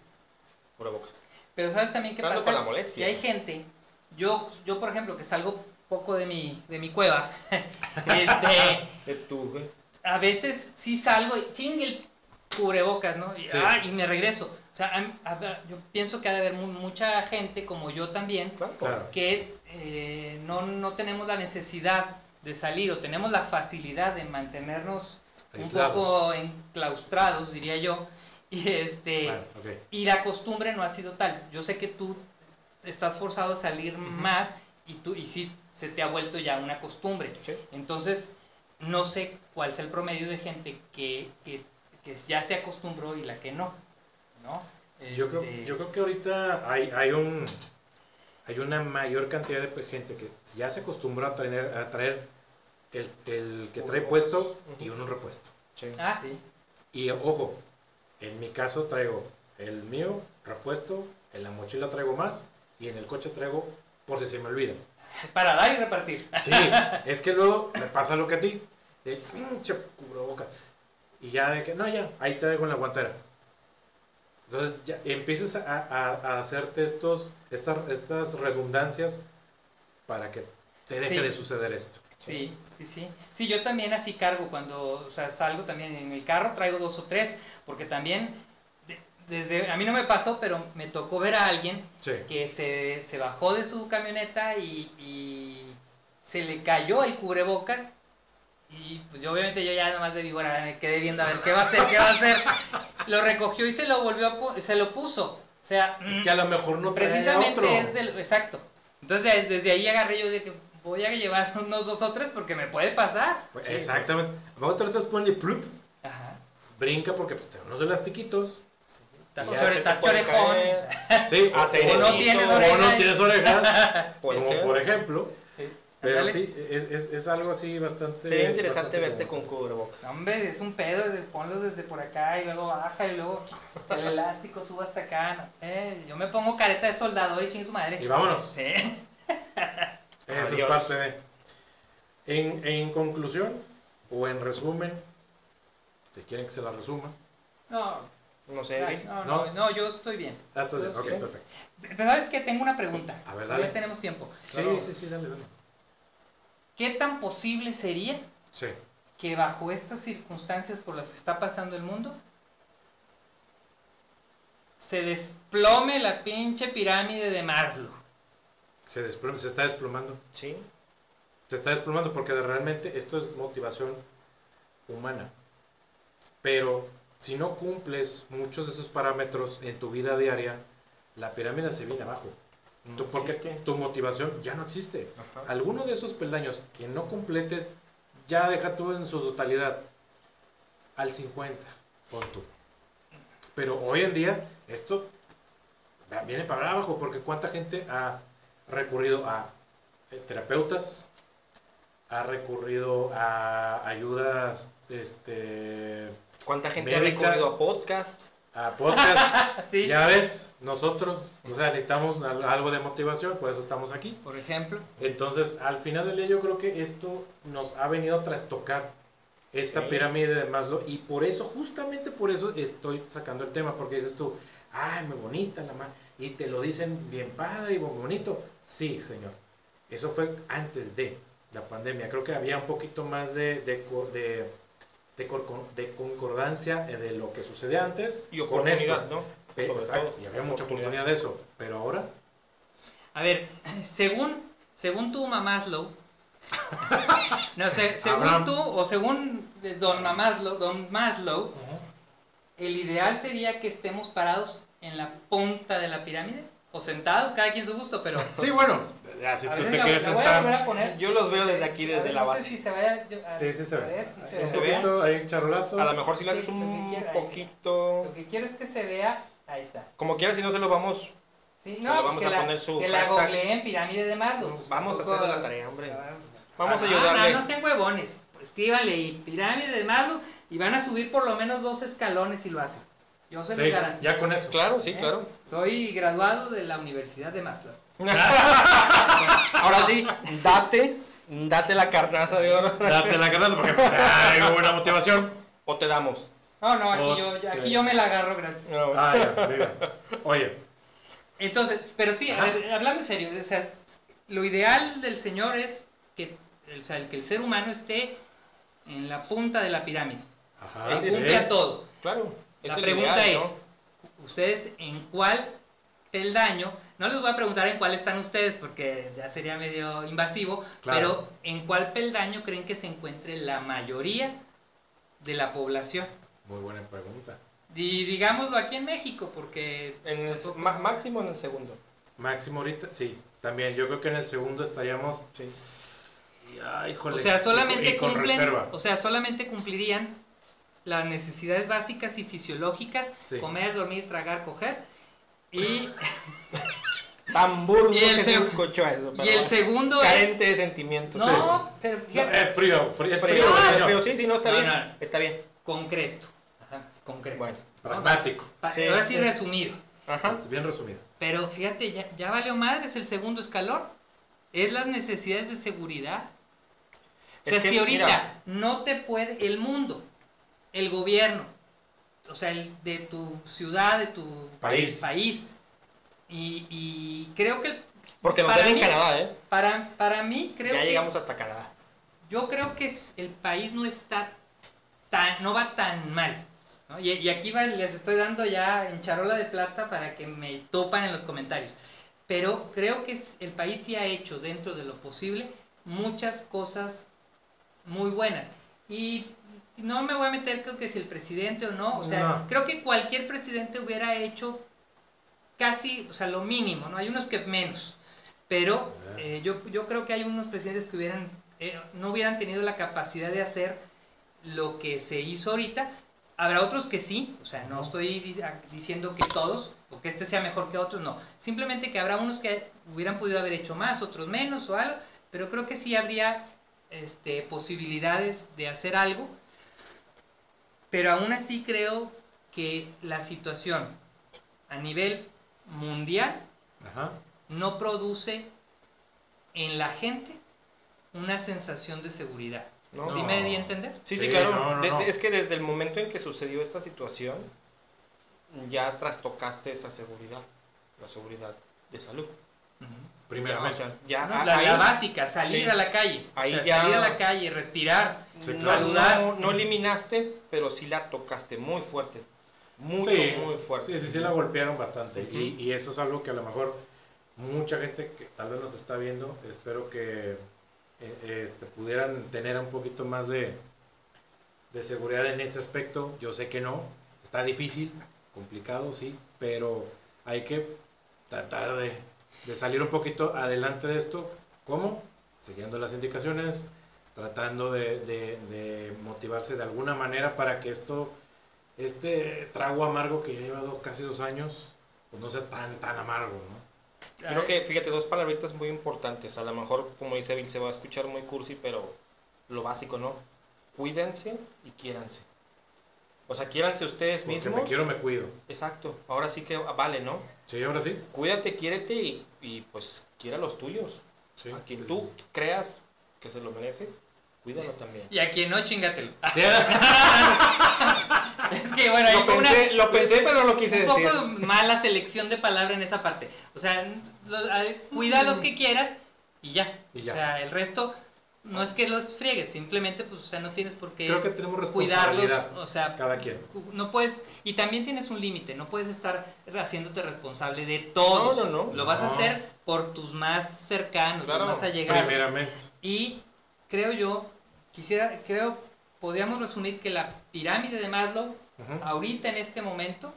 Speaker 2: por bocas.
Speaker 3: Pero ¿sabes también qué
Speaker 2: Hablando
Speaker 3: pasa?
Speaker 2: con la molestia.
Speaker 3: Que hay gente, yo, yo por ejemplo, que salgo poco de mi, de mi cueva, este,
Speaker 2: De tu, güey.
Speaker 3: a veces sí salgo y chingue el cubrebocas, ¿no? Y,
Speaker 1: Sí.
Speaker 3: ah, y me regreso. O sea, a- a- yo pienso que ha de haber mu- mucha gente como yo también
Speaker 2: Claro.
Speaker 1: Claro.
Speaker 3: que eh, no, no tenemos la necesidad de salir o tenemos la facilidad de mantenernos
Speaker 1: Aislados.
Speaker 3: un poco enclaustrados, diría yo. Y este
Speaker 1: Bueno, ok.
Speaker 3: y la costumbre no ha sido tal. Yo sé que tú estás forzado a salir más y tú y sí se te ha vuelto ya una costumbre.
Speaker 2: Sí.
Speaker 3: Entonces, no sé cuál es el promedio de gente que, que- que ya se acostumbró y la que no, ¿no?
Speaker 1: Yo, creo,
Speaker 3: Este,
Speaker 1: yo creo que ahorita hay, hay un hay una mayor cantidad de gente que ya se acostumbró a traer, a traer el, el que trae
Speaker 2: Cubrebocas.
Speaker 1: puesto y
Speaker 2: Ujú.
Speaker 1: uno repuesto.
Speaker 2: Sí.
Speaker 3: Ah, sí.
Speaker 1: Y ojo, en mi caso traigo el mío repuesto, en la mochila traigo más y en el coche traigo por si se me olvida.
Speaker 3: Para dar y repartir.
Speaker 1: Sí, es que luego me pasa lo que a ti. De, pinche cubrebocas. Y ya de que, no, ya, ahí traigo en la guantera. Entonces ya empiezas a, a- a hacerte estos, estas, estas redundancias para que te deje
Speaker 3: Sí.
Speaker 1: de suceder esto.
Speaker 3: Sí, sí, sí. Sí, yo también así cargo cuando, o sea, salgo también en el carro, traigo dos o tres, porque también, de- desde, a mí no me pasó, pero me tocó ver a alguien
Speaker 1: Sí.
Speaker 3: que se, se bajó de su camioneta y, y se le cayó el cubrebocas. Y pues yo obviamente yo ya nomás de víbora me quedé viendo a ver qué va a hacer, qué va a hacer. Lo recogió y se lo volvió a pu- se lo puso. O sea,
Speaker 1: Es que a lo mejor no trae
Speaker 3: mm, precisamente
Speaker 1: otro.
Speaker 3: es del exacto. Entonces desde ahí agarré yo de que voy a llevar unos dos o tres porque me puede pasar.
Speaker 1: Pues,
Speaker 2: Sí,
Speaker 1: Exactamente. A lo mejor te lo estás poniendo y plup,
Speaker 3: Ajá.
Speaker 1: brinca porque pues, son unos elastiquitos.
Speaker 3: Sí. Estás
Speaker 2: O sea,
Speaker 3: chore-
Speaker 2: se te
Speaker 3: estás
Speaker 2: puede
Speaker 3: chorejón.
Speaker 2: caer,
Speaker 1: Sí,
Speaker 2: Ah,
Speaker 1: o,
Speaker 2: cerecito,
Speaker 1: no,
Speaker 3: tienes
Speaker 1: o
Speaker 3: orejas.
Speaker 1: no tienes orejas,
Speaker 2: puede
Speaker 1: como
Speaker 2: ser.
Speaker 1: por ejemplo.
Speaker 3: Sí.
Speaker 1: Pero
Speaker 3: Ándale.
Speaker 1: sí, es, es- es algo así bastante.
Speaker 2: Sería
Speaker 1: bastante
Speaker 2: interesante verte
Speaker 1: común.
Speaker 2: con cubrebocas.
Speaker 3: No, hombre, es un pedo, de- ponlo desde por acá y luego baja y luego el elástico suba hasta acá. no, eh, yo me pongo careta de soldador y ching su madre.
Speaker 1: Y vámonos.
Speaker 3: Sí.
Speaker 1: Eso es
Speaker 2: Adiós.
Speaker 1: parte de. En, en conclusión, o en resumen, si quieren que se la resuma.
Speaker 3: No,
Speaker 2: No sé,
Speaker 3: ay,
Speaker 2: Eric.
Speaker 3: no,
Speaker 1: ¿No?
Speaker 3: no, no, yo estoy bien.
Speaker 1: Hasta
Speaker 3: Yo
Speaker 1: Ah, ok,
Speaker 3: sí.
Speaker 1: perfecto.
Speaker 3: Pero sabes que tengo una pregunta.
Speaker 1: A ver, dale.
Speaker 3: Todavía tenemos tiempo.
Speaker 2: Claro.
Speaker 1: Sí, sí, sí, dale, dale.
Speaker 3: ¿Qué tan posible sería
Speaker 1: Sí.
Speaker 3: que bajo estas circunstancias por las que está pasando el mundo se desplome la pinche pirámide de Maslow?
Speaker 1: Se, desploma, se está desplomando.
Speaker 2: Sí.
Speaker 1: Se está desplomando porque de- realmente esto es motivación humana. Pero si no cumples muchos de esos parámetros en tu vida diaria, la pirámide se viene abajo. Tú-
Speaker 2: No
Speaker 1: porque
Speaker 2: existe.
Speaker 1: tu motivación ya no existe.
Speaker 2: Ajá.
Speaker 1: alguno de esos peldaños que no completes, ya deja todo en su totalidad. Al 50, pon tú. Pero hoy en día, esto va- viene para abajo, porque cuánta gente ha recurrido a eh, terapeutas, ha recurrido a ayudas, este,
Speaker 2: ¿Cuánta gente ha
Speaker 1: Médica.
Speaker 2: recurrido a podcast?
Speaker 1: a podcast.
Speaker 3: Sí.
Speaker 1: Ya ves, nosotros, o sea, necesitamos al- algo de motivación, por eso estamos aquí.
Speaker 3: Por ejemplo.
Speaker 1: Entonces, al final del día yo creo que esto nos ha venido a trastocar esta
Speaker 2: Sí.
Speaker 1: pirámide de Maslow y por eso, justamente por eso estoy sacando el tema, porque dices tú, ay, muy bonita la más, y te lo dicen bien padre y muy bonito. Sí, señor, eso fue antes de la pandemia, creo que había un poquito más de, de, co- de, de cor- de concordancia de lo que sucedía antes
Speaker 2: Y oportunidad,
Speaker 1: esto.
Speaker 2: ¿no?
Speaker 1: Pe-
Speaker 2: Sobre
Speaker 1: exacto,
Speaker 2: todo,
Speaker 1: y había mucha oportunidad de eso, pero ahora,
Speaker 3: A ver, según, según tu Maslow, no, sé, según
Speaker 1: Abraham.
Speaker 3: tú o según eh, don Maslow, don Maslow, el ideal sería que estemos parados en la punta de la pirámide o sentados, cada quien su gusto, pero
Speaker 1: Sí, bueno, así
Speaker 3: A
Speaker 1: tú
Speaker 3: ver,
Speaker 1: te
Speaker 3: la-
Speaker 1: quieres
Speaker 3: la voy a volver
Speaker 1: sentar.
Speaker 3: a poner.
Speaker 2: Yo los veo desde aquí,
Speaker 3: A ver,
Speaker 2: desde la
Speaker 3: no sé
Speaker 2: base.
Speaker 3: si se vea, yo- a-
Speaker 1: Sí, sí se
Speaker 3: a
Speaker 1: ve.
Speaker 3: ver si
Speaker 1: Ahí
Speaker 3: se
Speaker 2: Sí
Speaker 1: un
Speaker 2: se
Speaker 3: ve.
Speaker 2: ve.
Speaker 1: poquito, ahí un charolazo.
Speaker 2: A lo mejor si lo haces
Speaker 3: Sí, lo que
Speaker 2: un
Speaker 3: quiera, ahí. Lo
Speaker 2: poquito.
Speaker 3: que quiero es que se vea, ahí está.
Speaker 2: Como quieras, si no se lo vamos.
Speaker 3: Sí, pues
Speaker 2: Se lo vamos
Speaker 3: que
Speaker 2: a
Speaker 3: la-
Speaker 2: poner su
Speaker 3: Que la
Speaker 2: hashtag.
Speaker 3: googleen, pirámide de Maslow. pues,
Speaker 2: Vamos a
Speaker 3: tampoco-
Speaker 2: hacer la tarea, hombre.
Speaker 3: Vamos.
Speaker 2: Vamos a
Speaker 3: Ah,
Speaker 2: ayudarle.
Speaker 3: No, no sean huevones. Escríbanle y pirámide de Maslow y van a subir por lo menos dos escalones si lo hacen. Yo se
Speaker 1: Sí,
Speaker 3: los garantizo.
Speaker 1: ya con eso.
Speaker 2: Claro, sí,
Speaker 3: ¿Eh?
Speaker 2: claro.
Speaker 3: Soy graduado de la Universidad de Maslow.
Speaker 2: Ahora sí, date, date la carnaza de oro.
Speaker 1: Date la carnal porque hay buena motivación.
Speaker 2: O te damos.
Speaker 3: No, no, aquí,
Speaker 1: Oh, Ok.
Speaker 2: Ah,
Speaker 3: yo, aquí yo me la agarro, gracias.
Speaker 1: Ah, ya, mira. Oye,
Speaker 3: Entonces, pero sí, a
Speaker 1: Ajá.
Speaker 3: ver, hablando en serio, o sea, lo ideal del Señor es que, o sea, que el ser humano esté en la punta de la pirámide.
Speaker 1: Ajá.
Speaker 2: Ese
Speaker 1: sí.
Speaker 3: cumple a todo.
Speaker 2: Claro. es
Speaker 3: la
Speaker 2: el
Speaker 3: pregunta
Speaker 2: ideal,
Speaker 3: es,
Speaker 2: ¿no?
Speaker 3: ¿ustedes en cuál peldaño? No les voy a preguntar en cuál están ustedes porque ya sería medio invasivo,
Speaker 1: Claro.
Speaker 3: pero ¿en cuál peldaño creen que se encuentre la mayoría de la población?
Speaker 1: Muy buena pregunta.
Speaker 3: Y digámoslo aquí en México, porque
Speaker 2: En el se- ma- máximo en el segundo.
Speaker 1: Máximo ahorita, sí. También yo creo que en el segundo estaríamos.
Speaker 2: Sí.
Speaker 1: y, ay, híjole,
Speaker 3: o sea,
Speaker 1: y
Speaker 3: solamente
Speaker 1: con
Speaker 3: cumplen,
Speaker 1: reserva.
Speaker 3: o sea, solamente cumplirían las necesidades básicas y fisiológicas,
Speaker 1: Sí.
Speaker 3: comer, dormir, tragar, coger. Y,
Speaker 2: Tan burdo
Speaker 3: Y el
Speaker 2: que se
Speaker 3: seg-
Speaker 2: escuchó eso.
Speaker 3: y el
Speaker 2: bueno.
Speaker 3: segundo es
Speaker 2: Carente de sentimientos.
Speaker 3: No, pero
Speaker 1: No,
Speaker 3: fíjate,
Speaker 1: es frío, frío, es
Speaker 2: Es
Speaker 1: frío.
Speaker 2: frío,
Speaker 1: señor.
Speaker 2: es frío. Sí, sí, no, está
Speaker 3: No,
Speaker 2: bien.
Speaker 3: no.
Speaker 2: Está bien.
Speaker 3: concreto. Ajá, es concreto.
Speaker 2: Bueno.
Speaker 1: Pragmático.
Speaker 3: Pa-
Speaker 2: sí,
Speaker 3: ahora sí,
Speaker 2: sí.
Speaker 3: resumido.
Speaker 2: Ajá.
Speaker 1: Bien resumido.
Speaker 3: Pero fíjate, ya, ya valió madres el segundo escalón. Es las necesidades de seguridad. O
Speaker 2: Es
Speaker 3: sea,
Speaker 2: que,
Speaker 3: si ahorita
Speaker 2: mira.
Speaker 3: no te puede el mundo, el gobierno, o sea, el de tu ciudad, de tu
Speaker 1: País.
Speaker 3: país, y, y creo que
Speaker 2: Porque nos
Speaker 3: Para
Speaker 2: ven en
Speaker 3: mí-
Speaker 2: Canadá, ¿eh?
Speaker 3: para, para mí, creo
Speaker 2: Ya
Speaker 3: que
Speaker 2: llegamos hasta Canadá.
Speaker 3: yo creo que es- el país no está tan, no va tan mal. ¿no? Y, y aquí va- les estoy dando ya en charola de plata para que me topan en los comentarios. Pero creo que es- el país sí ha hecho dentro de lo posible muchas cosas muy buenas. Y no me voy a meter creo que si el presidente o no. O sea,
Speaker 1: No.
Speaker 3: creo que cualquier presidente hubiera hecho casi, o sea, lo mínimo, ¿no? Hay unos que menos. Pero
Speaker 1: Ah.
Speaker 3: eh, yo, yo creo que hay unos presidentes que hubieran, eh, no hubieran tenido la capacidad de hacer lo que se hizo ahorita. Habrá otros que sí, o sea, no estoy di- a- diciendo que todos o que este sea mejor que otros, no. Simplemente que habrá unos que hubieran podido haber hecho más, otros menos o algo, pero creo que sí habría este, posibilidades de hacer algo. Pero aún así creo que la situación a nivel mundial
Speaker 1: Ajá.
Speaker 3: no produce en la gente una sensación de seguridad.
Speaker 2: ¿no?
Speaker 3: ¿Sí
Speaker 1: No.
Speaker 3: me di a entender?
Speaker 2: Sí, sí,
Speaker 1: Sí,
Speaker 2: claro.
Speaker 1: no, no,
Speaker 2: De-
Speaker 1: no.
Speaker 2: de- Es que desde el momento en que sucedió esta situación, ya trastocaste esa seguridad, la seguridad de salud. Ya, o
Speaker 1: Primeramente.
Speaker 2: sea, ya
Speaker 3: No,
Speaker 2: a-
Speaker 3: la,
Speaker 2: ahí,
Speaker 3: la básica, salir
Speaker 2: sí.
Speaker 3: a la calle. O
Speaker 2: Ahí
Speaker 3: sea,
Speaker 2: ya-
Speaker 3: Salir a la calle, respirar.
Speaker 1: Sí,
Speaker 2: no,
Speaker 1: claro.
Speaker 3: Saludar.
Speaker 2: no- no eliminaste, pero sí la tocaste muy fuerte. Mucho,
Speaker 1: Sí,
Speaker 2: muy fuerte.
Speaker 1: Sí, sí, sí, la golpearon bastante.
Speaker 2: Ujú.
Speaker 1: y, y eso es algo que a lo mejor mucha gente que tal vez nos está viendo, espero que eh, este, pudieran tener un poquito más de, de seguridad en ese aspecto. Yo sé que no, está difícil, complicado, sí, pero hay que tratar de, de salir un poquito adelante de esto. ¿Cómo? Siguiendo las indicaciones, tratando de, de- de motivarse de alguna manera para que esto, este trago amargo que ya lleva dos- casi dos años, pues no sea tan, tan amargo, ¿no?
Speaker 2: Creo que, fíjate, dos palabritas muy importantes. A lo mejor, como dice Bill, se va a escuchar muy cursi, pero lo básico, ¿no? Cuídense y quiéranse. O sea, quiéranse ustedes
Speaker 1: Porque
Speaker 2: mismos.
Speaker 1: me quiero, me cuido.
Speaker 2: Exacto. Ahora sí que vale, ¿no?
Speaker 1: Sí, ahora sí.
Speaker 2: Cuídate, quiérete y, y, pues quiera a los tuyos.
Speaker 1: sí.
Speaker 2: a quien
Speaker 1: Sí,
Speaker 2: tú creas que se lo merece, cuídalo también.
Speaker 3: Y a quien no, chingatelo.
Speaker 1: sí. Sí,
Speaker 3: es que bueno, ahí
Speaker 2: Lo
Speaker 3: fue una-
Speaker 2: pensé, lo pensé, pero no lo quise
Speaker 3: un
Speaker 2: decir.
Speaker 3: poco mala selección de palabra en esa parte. O sea, lo- a- cuida los que quieras y ya.
Speaker 1: Y ya.
Speaker 3: O sea, el resto no es que los friegues, simplemente pues o sea, no tienes por qué
Speaker 1: Creo que tenemos
Speaker 3: cuidarlos,
Speaker 1: responsabilidad
Speaker 3: o sea,
Speaker 1: cada quien.
Speaker 3: no puedes y también tienes un límite, no puedes estar haciéndote responsable de todos.
Speaker 2: No, no, no.
Speaker 3: Lo vas a
Speaker 1: No.
Speaker 3: hacer por tus más cercanos,
Speaker 2: Claro,
Speaker 3: los más allegados.
Speaker 1: Primeramente.
Speaker 3: Y creo yo quisiera creo podríamos resumir que la pirámide de Maslow
Speaker 1: Ujú.
Speaker 3: ahorita en este momento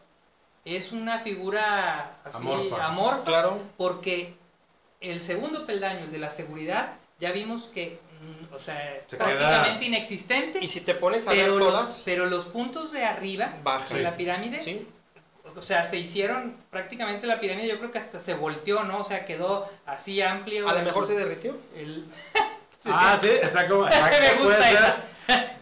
Speaker 3: es una figura así
Speaker 1: Amorfa.
Speaker 3: amorfa,
Speaker 2: Claro,
Speaker 3: porque el segundo peldaño, el de la seguridad, ya vimos que, mm, o sea,
Speaker 1: Se queda-
Speaker 3: prácticamente inexistente,
Speaker 2: y si te pones a ver
Speaker 3: pero, los,
Speaker 2: todas,
Speaker 3: pero los puntos de arriba
Speaker 2: baja.
Speaker 3: de la pirámide,
Speaker 2: ¿Sí?
Speaker 3: o sea, se hicieron prácticamente la pirámide, yo creo que hasta se volteó, ¿no? O sea, quedó así amplio.
Speaker 2: A lo mejor se derritió.
Speaker 3: el-
Speaker 1: Ah, sí, está como. exacto,
Speaker 3: me
Speaker 1: puede
Speaker 3: gusta
Speaker 1: ser.
Speaker 3: esa,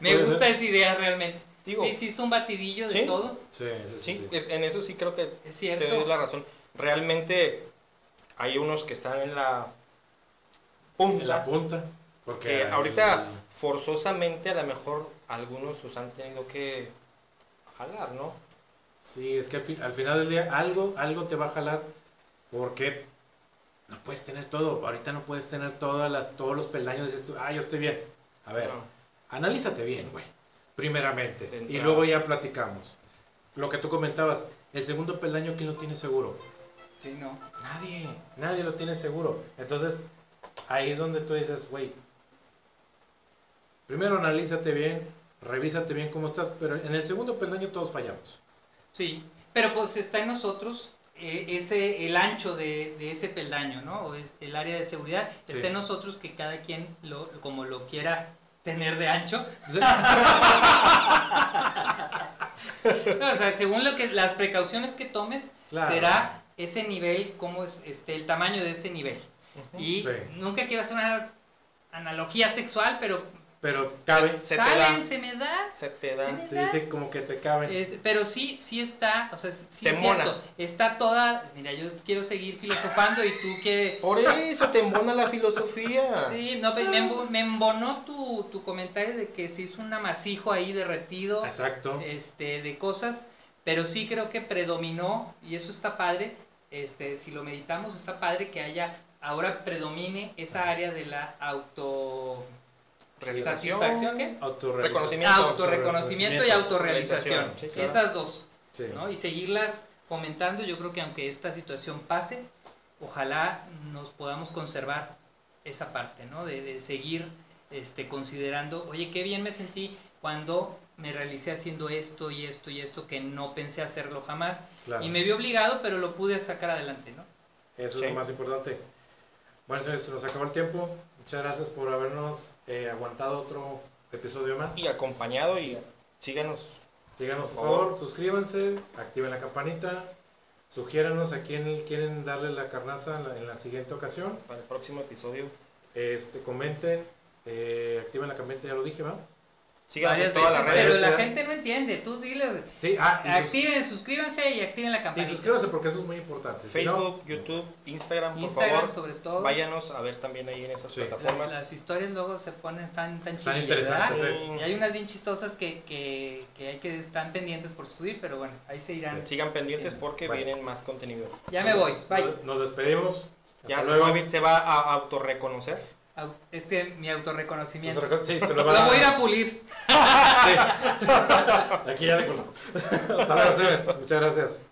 Speaker 3: me
Speaker 1: Puede
Speaker 3: gusta esa idea realmente.
Speaker 2: Digo,
Speaker 3: sí, sí, es un batidillo de
Speaker 2: ¿Sí?
Speaker 3: todo,
Speaker 1: Sí, sí, sí,
Speaker 2: sí,
Speaker 1: sí.
Speaker 2: es- en eso sí creo que
Speaker 3: es
Speaker 2: te doy
Speaker 3: cierto.
Speaker 2: la razón. Realmente hay unos que están en la punta,
Speaker 1: En la punta. Porque
Speaker 2: que
Speaker 1: al-
Speaker 2: ahorita forzosamente a lo mejor algunos los han tenido que jalar, ¿no?
Speaker 1: Sí, es que al, fin- al final del día algo, algo te va a jalar Porque no puedes tener todo. Ahorita no puedes tener todas las, todos los peldaños. Dices tú, ah, yo estoy bien. A ver,
Speaker 2: No.
Speaker 1: analízate bien, güey. Primeramente.
Speaker 2: De
Speaker 1: Y
Speaker 2: entrada.
Speaker 1: luego ya platicamos. Lo que tú comentabas, el segundo peldaño, ¿quién lo tiene seguro?
Speaker 3: Sí, no.
Speaker 1: Nadie, nadie lo tiene seguro. Entonces, ahí es donde tú dices, güey, primero analízate bien, revísate bien cómo estás, pero en el segundo peldaño todos fallamos.
Speaker 3: Sí, pero pues está en nosotros eh, ese, el ancho de, de ese peldaño, ¿no? O es el área de seguridad.
Speaker 1: Sí.
Speaker 3: Está en nosotros que cada quien, lo, como lo quiera tener de ancho. No, o sea, según lo que, las precauciones que tomes,
Speaker 1: Claro.
Speaker 3: será ese nivel, cómo es este, el tamaño de ese nivel. Y
Speaker 1: Sí.
Speaker 3: nunca quiero hacer una analogía sexual, pero
Speaker 1: Pero cabe,
Speaker 2: Se te
Speaker 3: salen,
Speaker 2: da.
Speaker 3: se me da.
Speaker 2: Se te dan.
Speaker 1: sí, sí, como que te caben.
Speaker 3: Es- pero sí, sí está, o sea, sí es
Speaker 2: Temona.
Speaker 3: cierto, está toda, mira, yo quiero seguir filosofando y tú que...
Speaker 2: Por eso te embona la filosofía.
Speaker 3: Sí, no,
Speaker 2: Ah.
Speaker 3: pero me, embo- me embonó tu, tu comentario de que se hizo un amasijo ahí derretido,
Speaker 1: Exacto.
Speaker 3: este, de cosas, pero sí creo que predominó, y eso está padre, este, si lo meditamos, está padre que haya, ahora predomine esa área de la auto...
Speaker 2: Realización.
Speaker 3: ¿Satisfacción qué?
Speaker 1: Autorrealización.
Speaker 2: Reconocimiento.
Speaker 3: Autorreconocimiento y
Speaker 2: autorrealización,
Speaker 3: autorrealización,
Speaker 2: sí,
Speaker 1: claro.
Speaker 3: esas dos.
Speaker 1: Sí.
Speaker 3: ¿no? Y seguirlas fomentando, yo creo que aunque esta situación pase, ojalá nos podamos conservar esa parte, ¿no? De, de seguir este, considerando, oye, qué bien me sentí cuando me realicé haciendo esto y esto y esto que no pensé hacerlo jamás.
Speaker 1: claro.
Speaker 3: Y me vi obligado, pero lo pude sacar adelante, ¿no?
Speaker 1: Eso
Speaker 2: Sí.
Speaker 1: es lo más importante. Bueno, señores, se nos acabó el tiempo. Muchas gracias por habernos eh, aguantado otro episodio más.
Speaker 2: Y acompañado y síganos.
Speaker 1: Síganos, por
Speaker 2: Por
Speaker 1: favor,
Speaker 2: favor.
Speaker 1: suscríbanse, activen la campanita, sugiéranos a quién quieren darle la carnaza en la, en la siguiente ocasión.
Speaker 2: Para el próximo episodio.
Speaker 1: Este, comenten, eh, activen la campanita, ya lo dije, ¿va?
Speaker 2: Síganos
Speaker 3: Varias
Speaker 2: en todas las
Speaker 3: veces,
Speaker 2: redes.
Speaker 3: pero la
Speaker 1: ¿verdad?
Speaker 3: gente no entiende, tú diles,
Speaker 1: Sí, ah, y sus-
Speaker 3: activen, suscríbanse y activen la
Speaker 1: sí,
Speaker 3: campanita.
Speaker 1: suscríbanse porque eso es muy importante. Si no-
Speaker 2: Facebook, YouTube, Instagram, por
Speaker 3: Instagram
Speaker 2: favor.
Speaker 3: sobre todo.
Speaker 2: Váyanos a ver también ahí en esas
Speaker 1: Sí.
Speaker 3: Las,
Speaker 2: plataformas.
Speaker 3: las historias luego se ponen tan, tan
Speaker 1: Están
Speaker 3: chidillas,
Speaker 1: interesantes,
Speaker 3: ¿verdad?
Speaker 1: sí.
Speaker 2: Mm,
Speaker 3: Y hay unas bien chistosas que, que, que hay que están pendientes por subir, pero bueno, ahí se irán.
Speaker 2: Sigan pendientes
Speaker 3: Sí.
Speaker 2: porque
Speaker 1: Bueno.
Speaker 2: vienen más contenido.
Speaker 3: Ya me voy, bye.
Speaker 1: Nos, nos despedimos.
Speaker 2: Ya
Speaker 1: Hasta
Speaker 2: se,
Speaker 1: luego.
Speaker 2: fue, se va a autorreconocer.
Speaker 3: Au- Este mi autorreconocimiento.
Speaker 1: Sí, se lo
Speaker 3: Lo
Speaker 1: van
Speaker 3: voy a ir a pulir.
Speaker 1: Sí. Aquí ya le colgo. Hasta luego, señores. Muchas gracias.